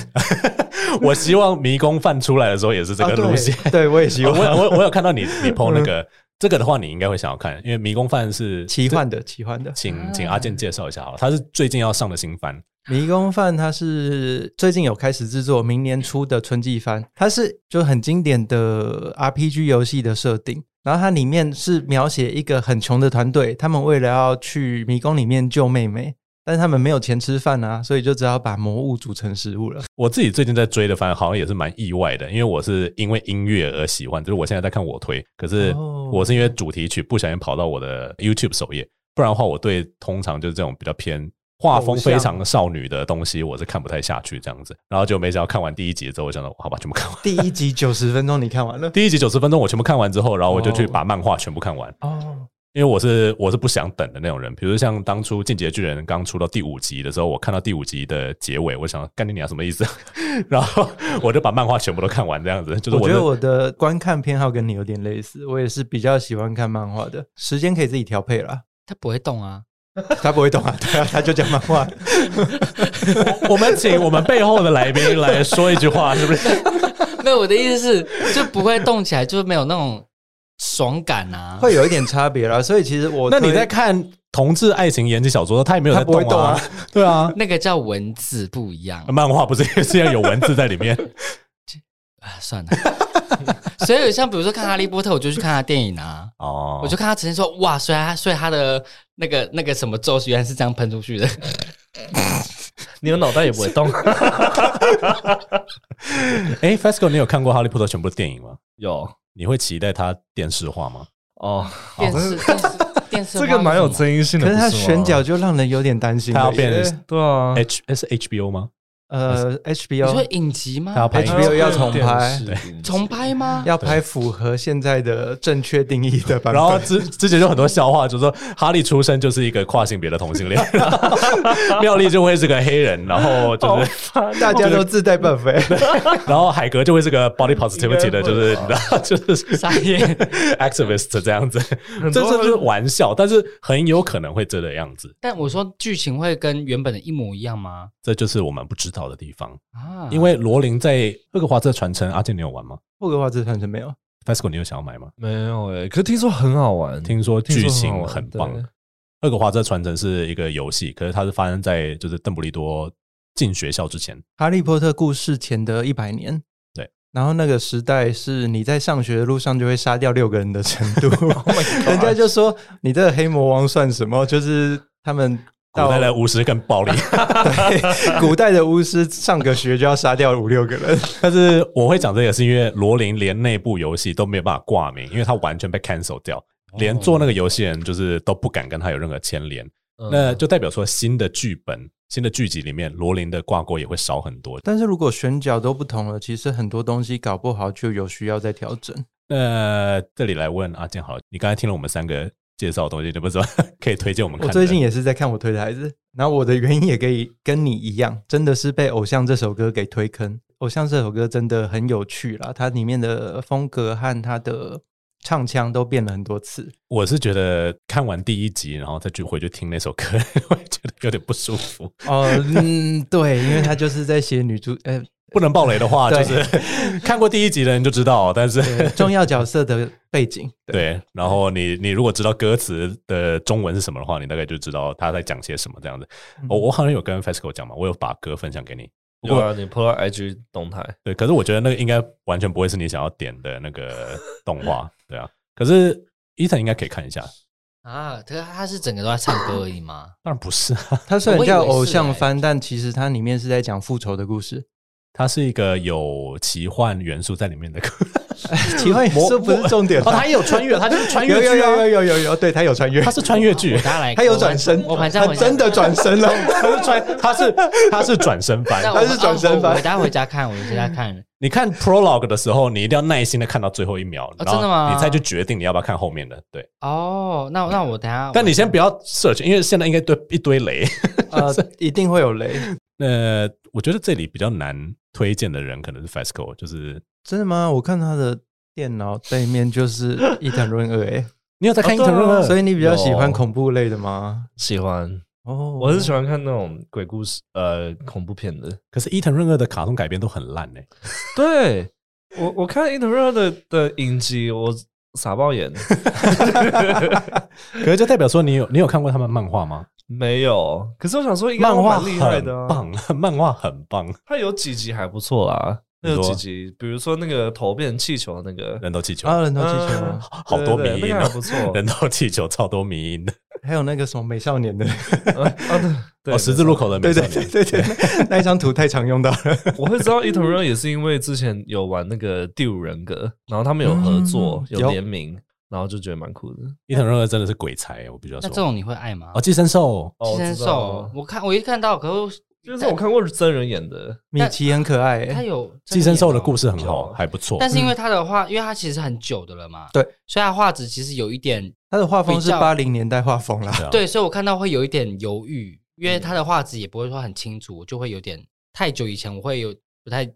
我希望迷宫饭出来的时候也是这
啊
个
对
路线。
对嗯我也 喜
我
哦
欢
我我有看到你 你 PO 那个这个的话，你应该会想要看，因为迷宫饭是
奇幻的奇幻的
请
嗯
请阿健介绍一下好了，他是最近要上的新番，
迷宫饭，它是最近有开始制作，明年初的春季番，它是就很经典的 RPG 游戏的设定。然后它里面是描写一个很穷的团队，他们为了要去迷宫里面救妹妹，但是他们没有钱吃饭啊，所以就只好把魔物煮成 食物了。
我自己最近在追的番好像也是蛮意外的，因为我是因为音乐而喜欢，就是我现在在看我推，可是
哦
我是因为主题曲不小心跑到我的 YouTube 首页，不然的话我对通常就是这种比较偏画风非常少女的东西，我是看不太下去这样子。然后就没想到看完第一集之后，我想到好吧，全部看完。
第一集九十分钟你看完了
第一集九十分钟我全部看完之后，然后我就去
哦
把漫画全部看完，
哦，
因为我是我是不想等的那种人。比如像当初《进击的巨人》刚出到第五集的时候，我看到第五集的结尾，我想干你娘什么意思？ 然后我就把漫画全部都看完，这样子就是
我
我
觉
的
得我的观看偏好跟你有点类似，我也是比较喜欢看漫画的，时间可以自己调配啦。
它不会动啊，
他不会懂啊，对啊，他就讲漫画。
我我们请我们背后的来宾来说一句话，是不是？
没有我的意思是就不会动起来，就是没有那种爽感啊。
会有一点差别啦。所以其实 我
那你
推
在看同志爱情言情小说，他也没有在
他不会动
啊
啊，
对啊，
那个叫文字不一样
漫画不是也是要有文字在里面？
啊，算了。 所以像比如说看《哈利波特》，我就去看他电影啊，
哦，
我就看他呈现说，哇，虽然他所以他的那个那个什么咒语原来是这样喷出去的，
你有脑袋也不会动。
哎、f e s c o 你有看过《哈利波特》全部电影吗？
有
你会期待它电视化吗？
哦，
电视电视电视
这个蛮有
真
争议性的，
可是他
不吗
选角就让人有点担心了
它
耶。
要变
对啊，
H S HBO 吗？
呃
你说
HBO
影集吗
它？要拍
它变
HBO 要重
电
拍
视
重拍吗？
要拍符合现在的正确定义的
啊
版本，
然后之之前就很多笑话，就说哈利出生就是一个跨性别的同性 恋，然后妙丽就会是个黑人，然后
哦
就是，
大家都自带 buff 欸。
然后海格就会是个 body positivity 的，就是
应
你知道，就是
傻眼
activist 这样子，这
多
这就是玩笑，但是很有可能会这个样子，
但我说剧情会跟原本的一模一样吗？
这就是我们不知道的地方。
啊，
因为罗琳在《霍格华兹的传承》，阿健你有玩吗
霍格华兹传承没有，
？Fasco 你有想要买吗？
没有诶，可是听说很好玩，
听说
听
剧
说好
情
玩
很
对
棒，《霍格华兹的传承》是一个游戏，可是它是发生在就是邓布利多进学校之前。
《哈利波特》故事前的一百年。
对，
然后那个时代是你在上学的路上就会杀掉六个人的程 度，
Oh
人家就说你这个黑魔王算什么？就是他们
古
到
代的巫师更暴 力，
对 古代的巫师上个学就要杀掉五六个 人，
但是我会讲这个是因为罗琳连内部游戏都没有办法挂名，因为他完全被 cancel 掉，
哦
连做那个游戏人就是都不敢跟他有任何牵连，
嗯
那
呃
就代表说新的剧本、新的剧集里面，罗琳的挂钩也会少很多。
但是如果选角都不同了，其实很多东西搞不好就有需要再调整。
那、这里来问阿健好了，你刚才听了我们三个介绍的东西，你不知道 可以推荐我们看的？
我最近也是在看我推的孩子，然后我的原因也可以跟你一样，真的是被《偶像》这首歌给推坑。《偶像》这首歌真的很有趣啦，它里面的风格和它的唱腔都变了很多次。
我是觉得看完第一集，然后再去回去听那首歌， 会觉得有点不舒服。
哦， 嗯，对，因为它就是在写女主，呃，
不能爆雷的话，就
对
是 看过第一集的人就知道，但 是
对 重要角色的背景。
对，然后你你如果知道歌词的中文是什么的话，你大概就知道他在讲些什么这样子。哦
嗯
我、我好像有跟 FESCO 讲嘛，我有把歌分享给你。不
有
过
啊，你 PO 到 IG 动态，
对，可是我觉得那个应该完全不会是你想要点的那个动画，对啊。可是伊藤应该可以看一下，
啊，他他是整个都在唱歌而已吗？
当然不是啊，
它虽然
我以为
叫《
是
偶像
欸
番》，但其实它里面是在讲复仇的故事。
它是一个有奇幻元素在里面的歌。
奇幻元素不是重点啊
哦，
吧
他？也有穿越，他就是穿
有
越
有
剧
有
啊，
有有有，对他有穿越
他，是穿越剧
我，大家来，
他有
我
转身，
我盘
他
下回
真的转身了。
他是穿，他是他是转身版。
那我
哎他是转身吧
哦我我待会回家看，我回家看。
你看 prologue 的时候，你一定要耐心的看到最后一秒，
哦
然后
真的吗
你再去决定你要不要看后面的。对，
哦，那那我等下，
但你先不要 search，因为现在应该堆一堆雷。
呃，一定会有雷，
呃，我觉得这里比较难推荐的人可能是 FESCO，就是
真的吗？我看他的电脑背面就是伊藤润二，哎，
你有在看《
哦对啊
Interroom》吗？
所以你比较喜欢
有
恐怖类的吗？
喜欢，
哦，
我很喜欢看那种鬼故事，呃，恐怖片的。
可是伊藤润二的卡通改编都很烂呢、
对我，我看 Internet 的的影集，我傻爆眼，
可是就代表说你有你有看过他们漫画吗？
没有。可是我想说，应该
漫画
蛮厉害的、
很
啊，。
棒，漫画很棒，
它有几集还不错啦，
你
那
说
有几集，比如说那个头变气球那个，
人头气球，
啊，人头气球
嗯
啊，
好多
对
迷
对对
因
那
哦
个还不错。
人头气球超多迷因的，
还有那个什么美少年的，
啊啊对对，
哦，十字路口的美少
对对
年，
对对对，那那一张图太常用到了。
没错我会知道 e t e r 也是因为之前有玩那个第五人格，然后他们有合作，
嗯
有
有
联名，然后就觉得蛮酷的。
伊藤润二真的是鬼才，我必须要
那
说
这。种你会爱吗
哦，？寄生兽，
哦
寄生兽，，我看我一看到，可是
我知道就是我看过真人演的，
米奇很可爱，
他
哎
有
寄生兽的故事很好，
有
还不错。
但是因为他的画，因为他其实很久的了嘛，
嗯对，
所以他画质其实有一点
嗯
他的画风是
比较
八零年代画风啦。
啊
对，所以我看到会有一点犹豫，因
嗯
为他的画质也不会说很清楚，我就会有点太久以前，我会有不太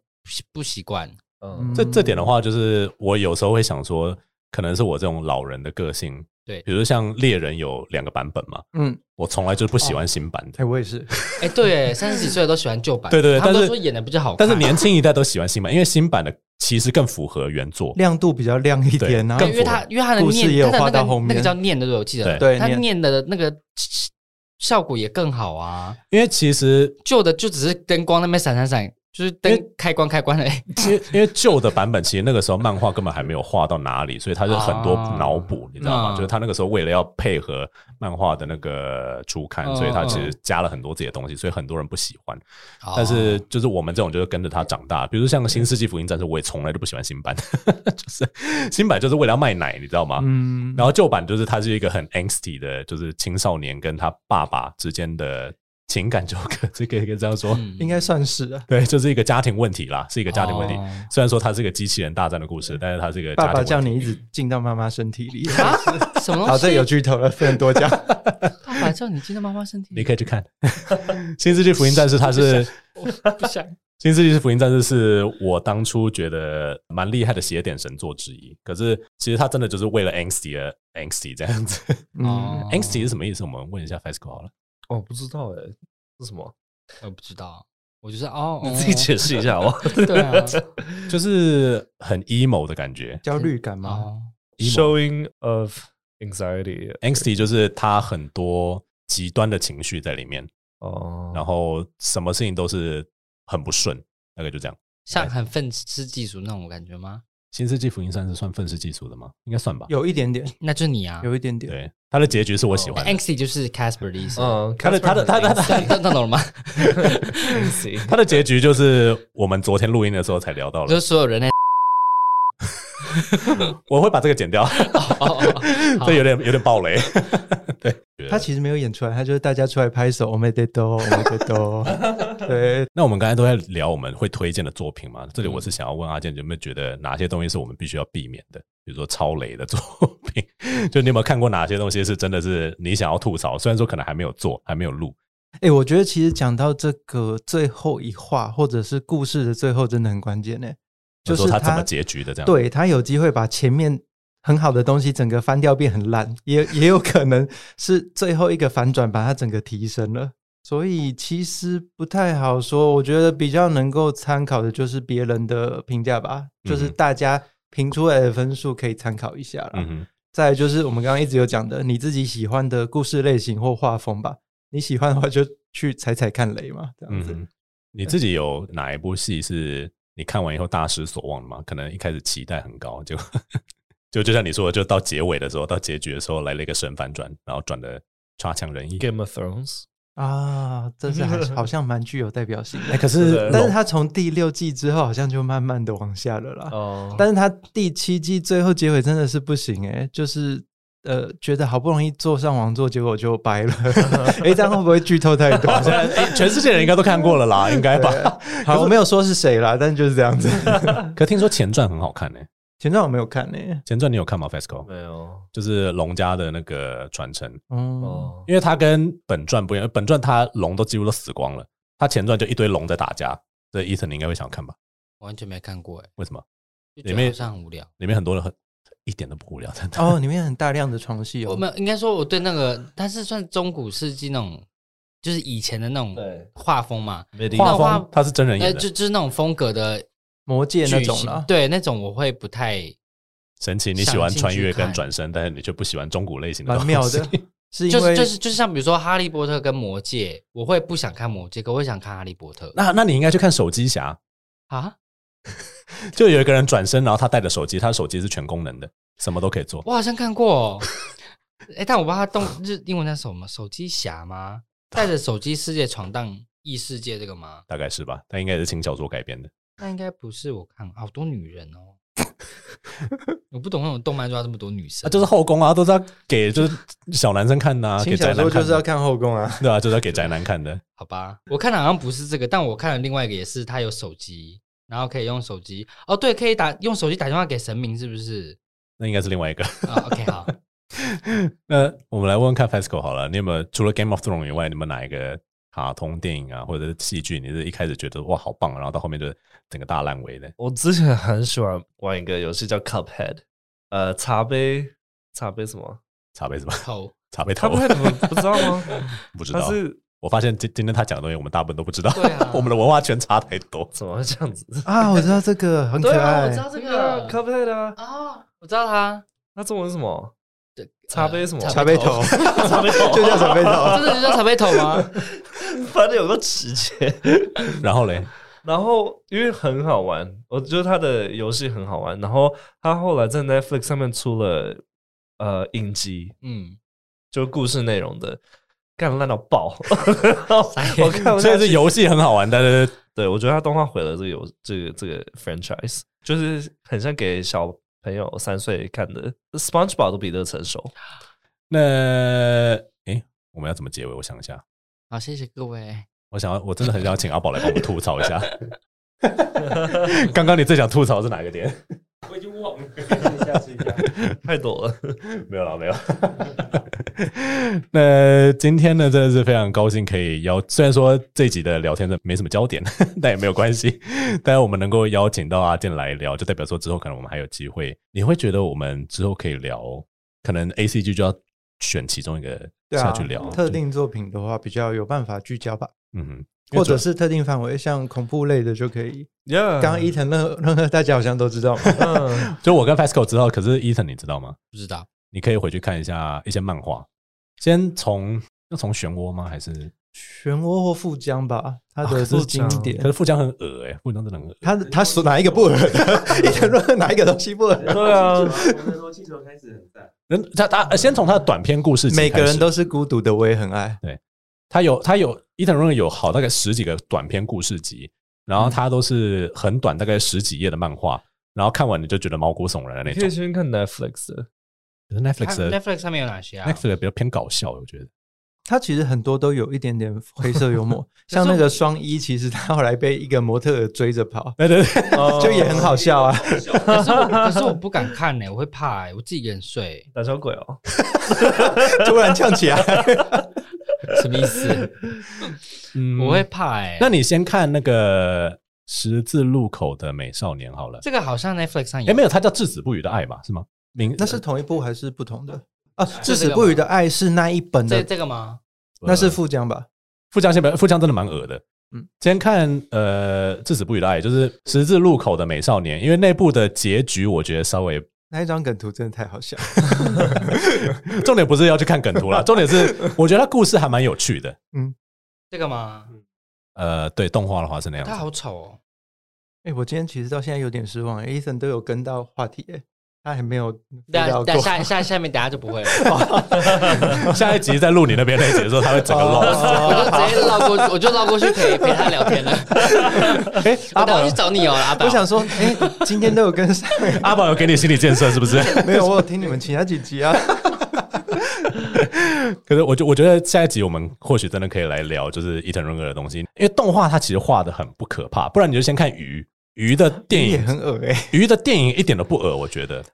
不习惯。
嗯，
这这点的话，就是我有时候会想说，可能是我这种老人的个性。
对
比如像猎人有两个版本嘛，
嗯，
我从来就不
哦
喜欢新版的，
哎，我也是，
哎，对，三十几岁都喜欢旧版，
对对对
他
但
们都
是
说演的比较好看，
但是年轻一代都喜欢新版，因为新版的其实更符合原作。
亮度比较亮一点，然后
对啊因为他因为他的
故事也
念
有
他的
画
那
到
个
后
那
面
个叫念对不对？我记得
对
他
念
念的那个效果也更好啊，
因为其实，
旧的就只是灯光那边闪闪闪，就是灯
因为
开关开 关的。
因为因为旧的版本其实那个时候漫画根本还没有画到哪里，所以它是很多
啊
脑补，你知道吗？
嗯
就是他那个时候为了要配合漫画的那个初刊，
嗯
所以他其实加了很多自己的东西，所以很多人不喜欢。
哦
但是就是我们这种就是跟着他长大，比如像《新世纪福音战士》，我也从来就不喜欢新 版，就是新版就是为了要卖奶，你知道吗？
嗯，
然后旧版就是他是一个很 angsty 的，就是青少年跟他爸爸之间的情感纠葛， 这个可以这样说，
嗯
应该算是啊。
对，就是一个家庭问题啦，是一个家庭问题。
哦
虽然说它是一个机器人大战的故事，但是它是一个家庭
爸爸
问题
叫你一直进到妈妈身体里，
啊，什么东 西？
好，这有剧透了，不能多讲。
爸爸叫你进到妈妈身体
你
里，
可以去 看《新世纪福音战士》，它是《
我不想。
新世纪福音战士》是我当初觉得蛮厉害的邪典神作之一。可是其实它真的就是为了 angsty 而 angsty 这样子。
嗯，
angsty 是什么意思？我们问一下 FESCO 好了。
哦，不知道哎，是什么？
我不知道，我就是哦，
你自己
去。
解释一下好不好？
对啊，
就是很 emo 的感觉。
焦虑感吗？
哦，
showing of anxiety
angsty 就是它很多极端的情绪在里面，
哦，
然后什么事情都是很不顺，大概就这样。
像很愤世嫉俗那种感觉吗？
新世纪福音战士算愤世嫉俗的吗？应该算吧。
有一点点，
那就是你啊
有一点点。
对，它的结局是我喜欢的。
，angsty 就是 Casper 的意思。
嗯，
他的他的他的他的
看懂了吗？
它的结局就是我们昨天录音的时候才聊到
就
了，
是所有人类，
我会把这个剪掉，
哦
这有点有点暴雷。 对，
他其实没有演出来，他就是大家出来拍手，我们得 都，我们得都。对，
那我们刚才都在聊我们会推荐的作品嘛，这里我是想要问阿健，有没有觉得哪些东西是我们必须要避免的？比如说超雷的作品， 就你有没有看过哪些东西是真的是你想要吐槽？虽然说可能还没有做，还没有录，
哎、我觉得其实讲到这个最后一话，或者是故事的最后，真的很关键呢、就
就是说它
它
怎么结局的这样。，
对他有机会把前面很好的东西整个翻掉变很烂，也也有可能是最后一个反转把它整个提升了。所以其实不太好说，我觉得比较能够参考的就是别人的评价吧，就是
嗯
大家评出来的分数可以参考一下啦。
嗯哼，
再来就是我们刚刚一直有讲的，你自己喜欢的故事类型或画风吧，你喜欢的话就去踩踩看雷嘛，这样
嗯
子。
哼，你自己有哪一部戏是你看完以后大失所望的吗？可能一开始期待很高，就就就像你说的，就到结尾的时候，到结局的时候来了一个神反转，然后转的差强人意。
Game of Thrones，
啊，这是还是好像蛮具有代表性 的。
可
是对
哎但是他从第六季之后好像就慢慢的往下了啦。
哦，
但是他第七季最后结尾真的是不行诶、就是呃，觉得好不容易坐上王座，结果就掰了。 诶，这样会不会剧透太 多？
好像诶 全世界人应该都看过了啦，应该
啊
吧？
好，我没有说是谁啦，但就是这 样子。
可听说前传很好看呢、
前传我没有看呢、欸
前传你有看吗？Fasco
没有
就是龙家的那个传承，
嗯，
哦，
因为它跟本传不一样，本传它龙都几乎都死光了，它前传就一堆龙在打架。这伊森你应该会想看吧？
完全没看过哎、
为什么？
就
里
觉得
面
好像很无聊。
里面很多人很一点都不无聊，真的。
哦，里面很大量的床戏
我
哦。
没有，应该说我对那个，它是算中古世纪那种，就是以前的那种
对，
画风嘛，
画
那画
风它是真人
呃，
演的
就，就是那种风格的
魔戒那
剧
种
情
啦，
对那种我会不太
神奇。你喜欢
想进去
穿越跟
看
转身，但是你却不喜欢中古类型的，
蛮妙 的。。是因
就
为
是就是就是像比如说《哈利波特》跟《魔戒》，我会不想看《魔戒》，可我会想看《哈利波特》
那那你应该去看手机侠，
啊！
就有一个人转身，然后他带着手机，他的手机是全功能的，什么都可以做。
我好像看过、哦，哎、但我不知道它动日英文叫什么，手机 侠吗？带着手机世界闯荡异世界这个吗？
大概是吧，但应该也是轻小说改编的。
那应该不是我看，好多女人哦。 我不懂那种动漫抓这么多女
啊，
生，
就是后宫啊，都是要给就是小男生看的、啊，给
轻
宅
小
男
说
看的
就是要看后宫啊。
对啊，就是要给宅男看的。
好吧，我看的好像不是这个，但我看了另外一个也是，他有手机，然后可以用手机。哦，对，可以打用手机打电话给神明，是不是？
那应该是另外一个。
啊、o k 好，
那我们来问问看 FESCO 好了，你有没有除了 Game of Thrones 以外，你们哪一个卡通电影啊，或者是戏剧，你是一开始觉得哇好棒啊，然后到后面就是整个大烂尾的？
我之前很喜欢玩一个游戏叫 Cuphead，呃，茶杯茶杯什么？
茶杯什么？
头
茶杯头？
Cuphead 你们不知道吗？
不知
它
道。
是
我发现今今天他讲的东西，我们大部分都不知道，
对啊
我们的文化圈差太 多。
怎么会这样子？
啊，我知道这个很可
对啊
爱。
我知道 这
对啊
个
，Cuphead 啊，
哦，我知道他
那中文是什么？
对
茶杯什么
茶杯头，
茶杯 头
就叫茶杯头。
真的就叫茶杯头吗？
反正有个直接。
然后嘞，
然后因为很好玩，我觉得它的游戏很好玩。然后它后来在 Netflix 上面出了呃影集，
嗯，
就是故事内容的，干烂到爆。然后 我看
所
不下
以是
去。
游戏很好玩，但是
对，我觉得它动画毁了这个游这个这个 franchise，就是很像给小朋友三岁看的，SpongeBob 都比这个成熟。
那诶，我们要怎么结尾？我想一下，
好，谢谢各位。
我想要，我真的很想请阿宝来帮我们吐槽一 下。刚刚你最想吐槽是哪个点？
我已经忘了，太多了。
没有了，没有。 那今天呢，真的是非常高兴可以邀，虽然说这集的聊天的没什么焦点， 但也没有关系。但是我们能够邀请到阿啊健来聊，就代表说之后可能我们还有机会。你会觉得我们之后可以聊，可能 A C G 就要选其中一个
对啊
下去聊，
特定作品的话，比较有办法聚焦吧，
嗯哼，
或者是特定范围，像恐怖类的就可以。
Yeah，
嗯
刚刚伊藤任何任何大家好像都 知道嘛，
嗯
就我跟 Pascal 知道，可是 Ethan 你知道吗？
不知道，
你可以回去看一下一些漫画，先从要从漩涡吗？还是
漩涡或富江吧，它的
啊
是
富
经
江
可是
典。
哦富江很恶哎、富江真的很恶。
他他说哪一个不合？ 伊藤润二哪一个东西不合？
对啊，
那时候气球开始很赞，
人他他呃先从他的短篇故事集开始，
每个人都是孤独的，我也很爱。
他有他有伊藤润二有好大概十几个短篇故事集，然后
嗯
他都是很短，大概十几页的漫画，然后看完你就觉得毛骨悚然的那
你可以
种。
先看 Netflix 的。
可是 Netflix
它
的
Netflix 上面有哪些啊
Netflix 的比较偏搞笑，我觉得
他其实很多都有一点点黑色幽 默，像那个双一，其实他后来被一个模特儿追着跑，
对对对，
就也很
哦
好 笑啊。
可是我可是我不敢看呢、我会怕、欸，我自己一个人睡，
胆小鬼哦，
突然呛起 来，
什么意思？
嗯
我会。怕哎、
那你先看那个十字路口的美少年好了。
这个好像 Netflix 上
哎，
有，
没有，它叫《至死不渝的爱》嘛，是吗？名呃
那是同一部还是不同的？啊，《至
这是
死
干
不渝
嘛
的爱》是那一本
这
的，
这个吗？
那是富江吧？
富江先本，富江真的蛮恶的。嗯
嗯，
先看呃《至死不渝的爱》，就是十字路口的美少年，因为那部的结局我觉得稍微
那一张梗图真的太好笑，
重点不是要去看梗图啦，重点是我觉得它故事还蛮有趣的。
这个吗？
呃，对，动画的话是那样子
他。好丑哦，
哎、我今天其实到现在有点失望、欸、，Ethan 都有跟到话题、欸，他还没有
等下
到
等
过。
下下下下面等下就不会了，
下一集在录你那边那一集的时候，他会整个 lost。
我就直接绕过，我就绕过去陪陪他聊天了。
哎、
我
阿
等
宝
下，去找你哦，阿 宝。
我想说，哎、今天都有跟上，
阿宝有给你心理建设是不是？
没有？我有听你们其他几集啊。
可是我就我觉得下一集我们或许真的可以来聊，就是伊藤润二的东西，因为动画它其实画的很不可怕，不然你就先看鱼，鱼的电
也
影，
很恶哎、
鱼的电影一点都不恶，我觉得，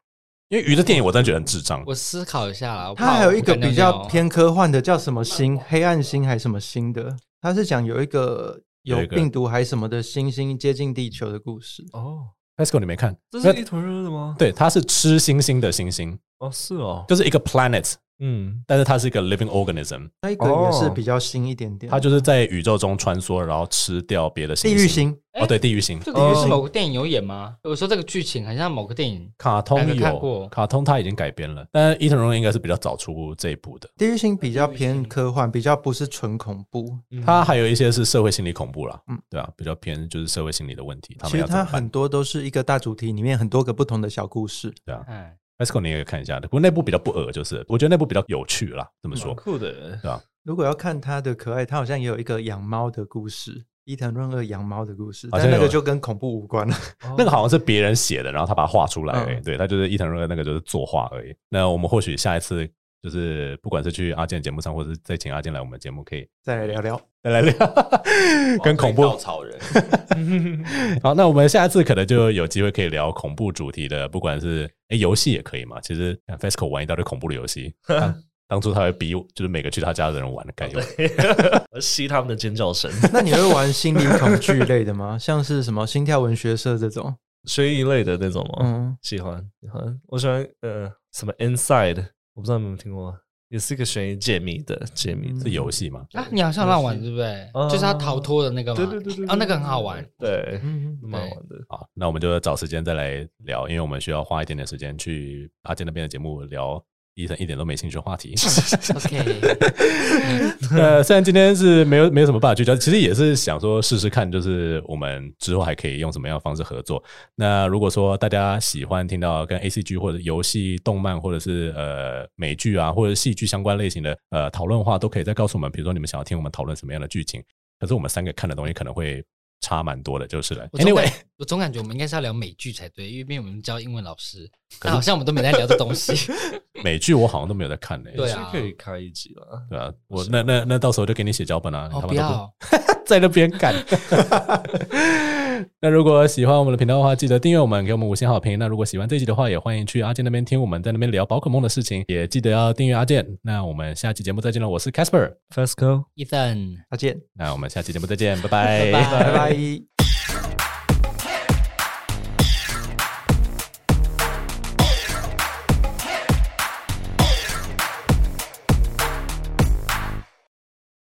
因为鱼的电影我真的觉得很智障。
我思考一下啦。我怕
他还有一
我
个
不敢
比
尿
较
尿哦，
偏科幻的，叫什么星？黑暗星还是什么星的？他是讲有一个
有
有
一个
病毒还是什么的星星接近地球的故事。
哦，
Pesco 你没看？
这是一坨肉的吗？
对，它是吃星星的星星，
哦，是哦，
就是一个 planet，
嗯，
但是它是一个 living organism，
那一个也是比较新一点点，
它就是在宇宙中穿梭，然后吃掉别的
地
星
狱星。
哦，对，地狱星。
这个也是某个电影有演吗？我说这个剧情很像某个电影，
卡通
哪个看过
有，卡通它已经改编了，但伊藤润二应该是比较早出这一步的。
地狱星比较偏科幻，比较不是纯恐怖。
嗯
它还有一些是社会心理恐怖啦，嗯
嗯，
对啊，比较偏就是社会心理的问题。他
其
们
实
要怎
它
么办
很？多都是一个大主题，里面很多个不同的小故事。
对啊
嗯，
，Esco 你也可以看一下的，不过那部比较不恶，就是我觉得那部比较有趣啦，这么说
蛮。酷的，
如果要看它的可爱，它好像也有一个养猫的故事，伊藤润二养猫的故事，
好像
但那
有
个就跟恐怖无关了。
哦
那个好像是别人写的，然后他把它画出来而已。
嗯
对，他就是伊藤润二那个就是作画而已。那我们或许下一次就是不管是去阿健节目上，或者是再请阿健来我们节目，可以
再来聊聊，
再来聊跟恐怖
稻草人，
好，那我们下次可能就有机会可以聊恐怖主题的，不管是哎游戏也可以嘛。其实呃 FESCO 玩一大堆恐怖的游戏， 当当初他会逼就是每个去他家的人玩的感
哦
觉。
我吸他们的尖叫声，
那你会玩心理恐惧类的吗？像是什么心跳文学社这种？
悬疑类的那种
哦
吗？
嗯，
喜欢喜欢，我喜欢呃什么 Inside，我不知道你们有没有听过吗，也是一个悬疑解谜的解谜的
是游戏吗？
啊，你好像让玩对不对？
嗯
就是他逃脱的那个嘛，
对对对对
啊，那个很好 玩，
对，
嗯
蛮好玩的。
好，那我们就找时间再来聊，因为我们需要花一点点时间去阿健那边的节目聊医生一点都没兴趣的话 题。
OK，
呃，虽然今天是没有没有什么办法聚焦，其实也是想说试试看，就是我们之后还可以用什么样的方式合作。那如果说大家喜欢听到跟 A C G 或者游戏、动漫或者是呃美剧啊，或者戏剧相关类型的呃讨论的话，都可以再告诉我们，比如说你们想要听我们讨论什么样的剧情。可是我们三个看的东西可能会差蛮多的，就是了。
我总
Anyway，
感我总感觉我们应该是要聊美剧才对，因为毕竟我们教英文老师，但好像我们都没在聊这东西。
美剧我好像都没有在看呢、
对
也是
啊
可以开一集了。
对啊，我那那那到时候就给你写脚本啊，你
哦，
他
不
妈都不
要，
在那边干。 那如果喜欢我们的频道的话，记得订阅我们，给我们五星好评。那如果喜欢这一集的话，也欢迎去阿健那边听我们在那边聊宝可梦的事情，也记得要订阅阿健。那我们下期节目再见了，我是 Casper，
Fast go。
伊森，
再见，
那我们下期节目再见，拜
拜
拜
拜
拜拜。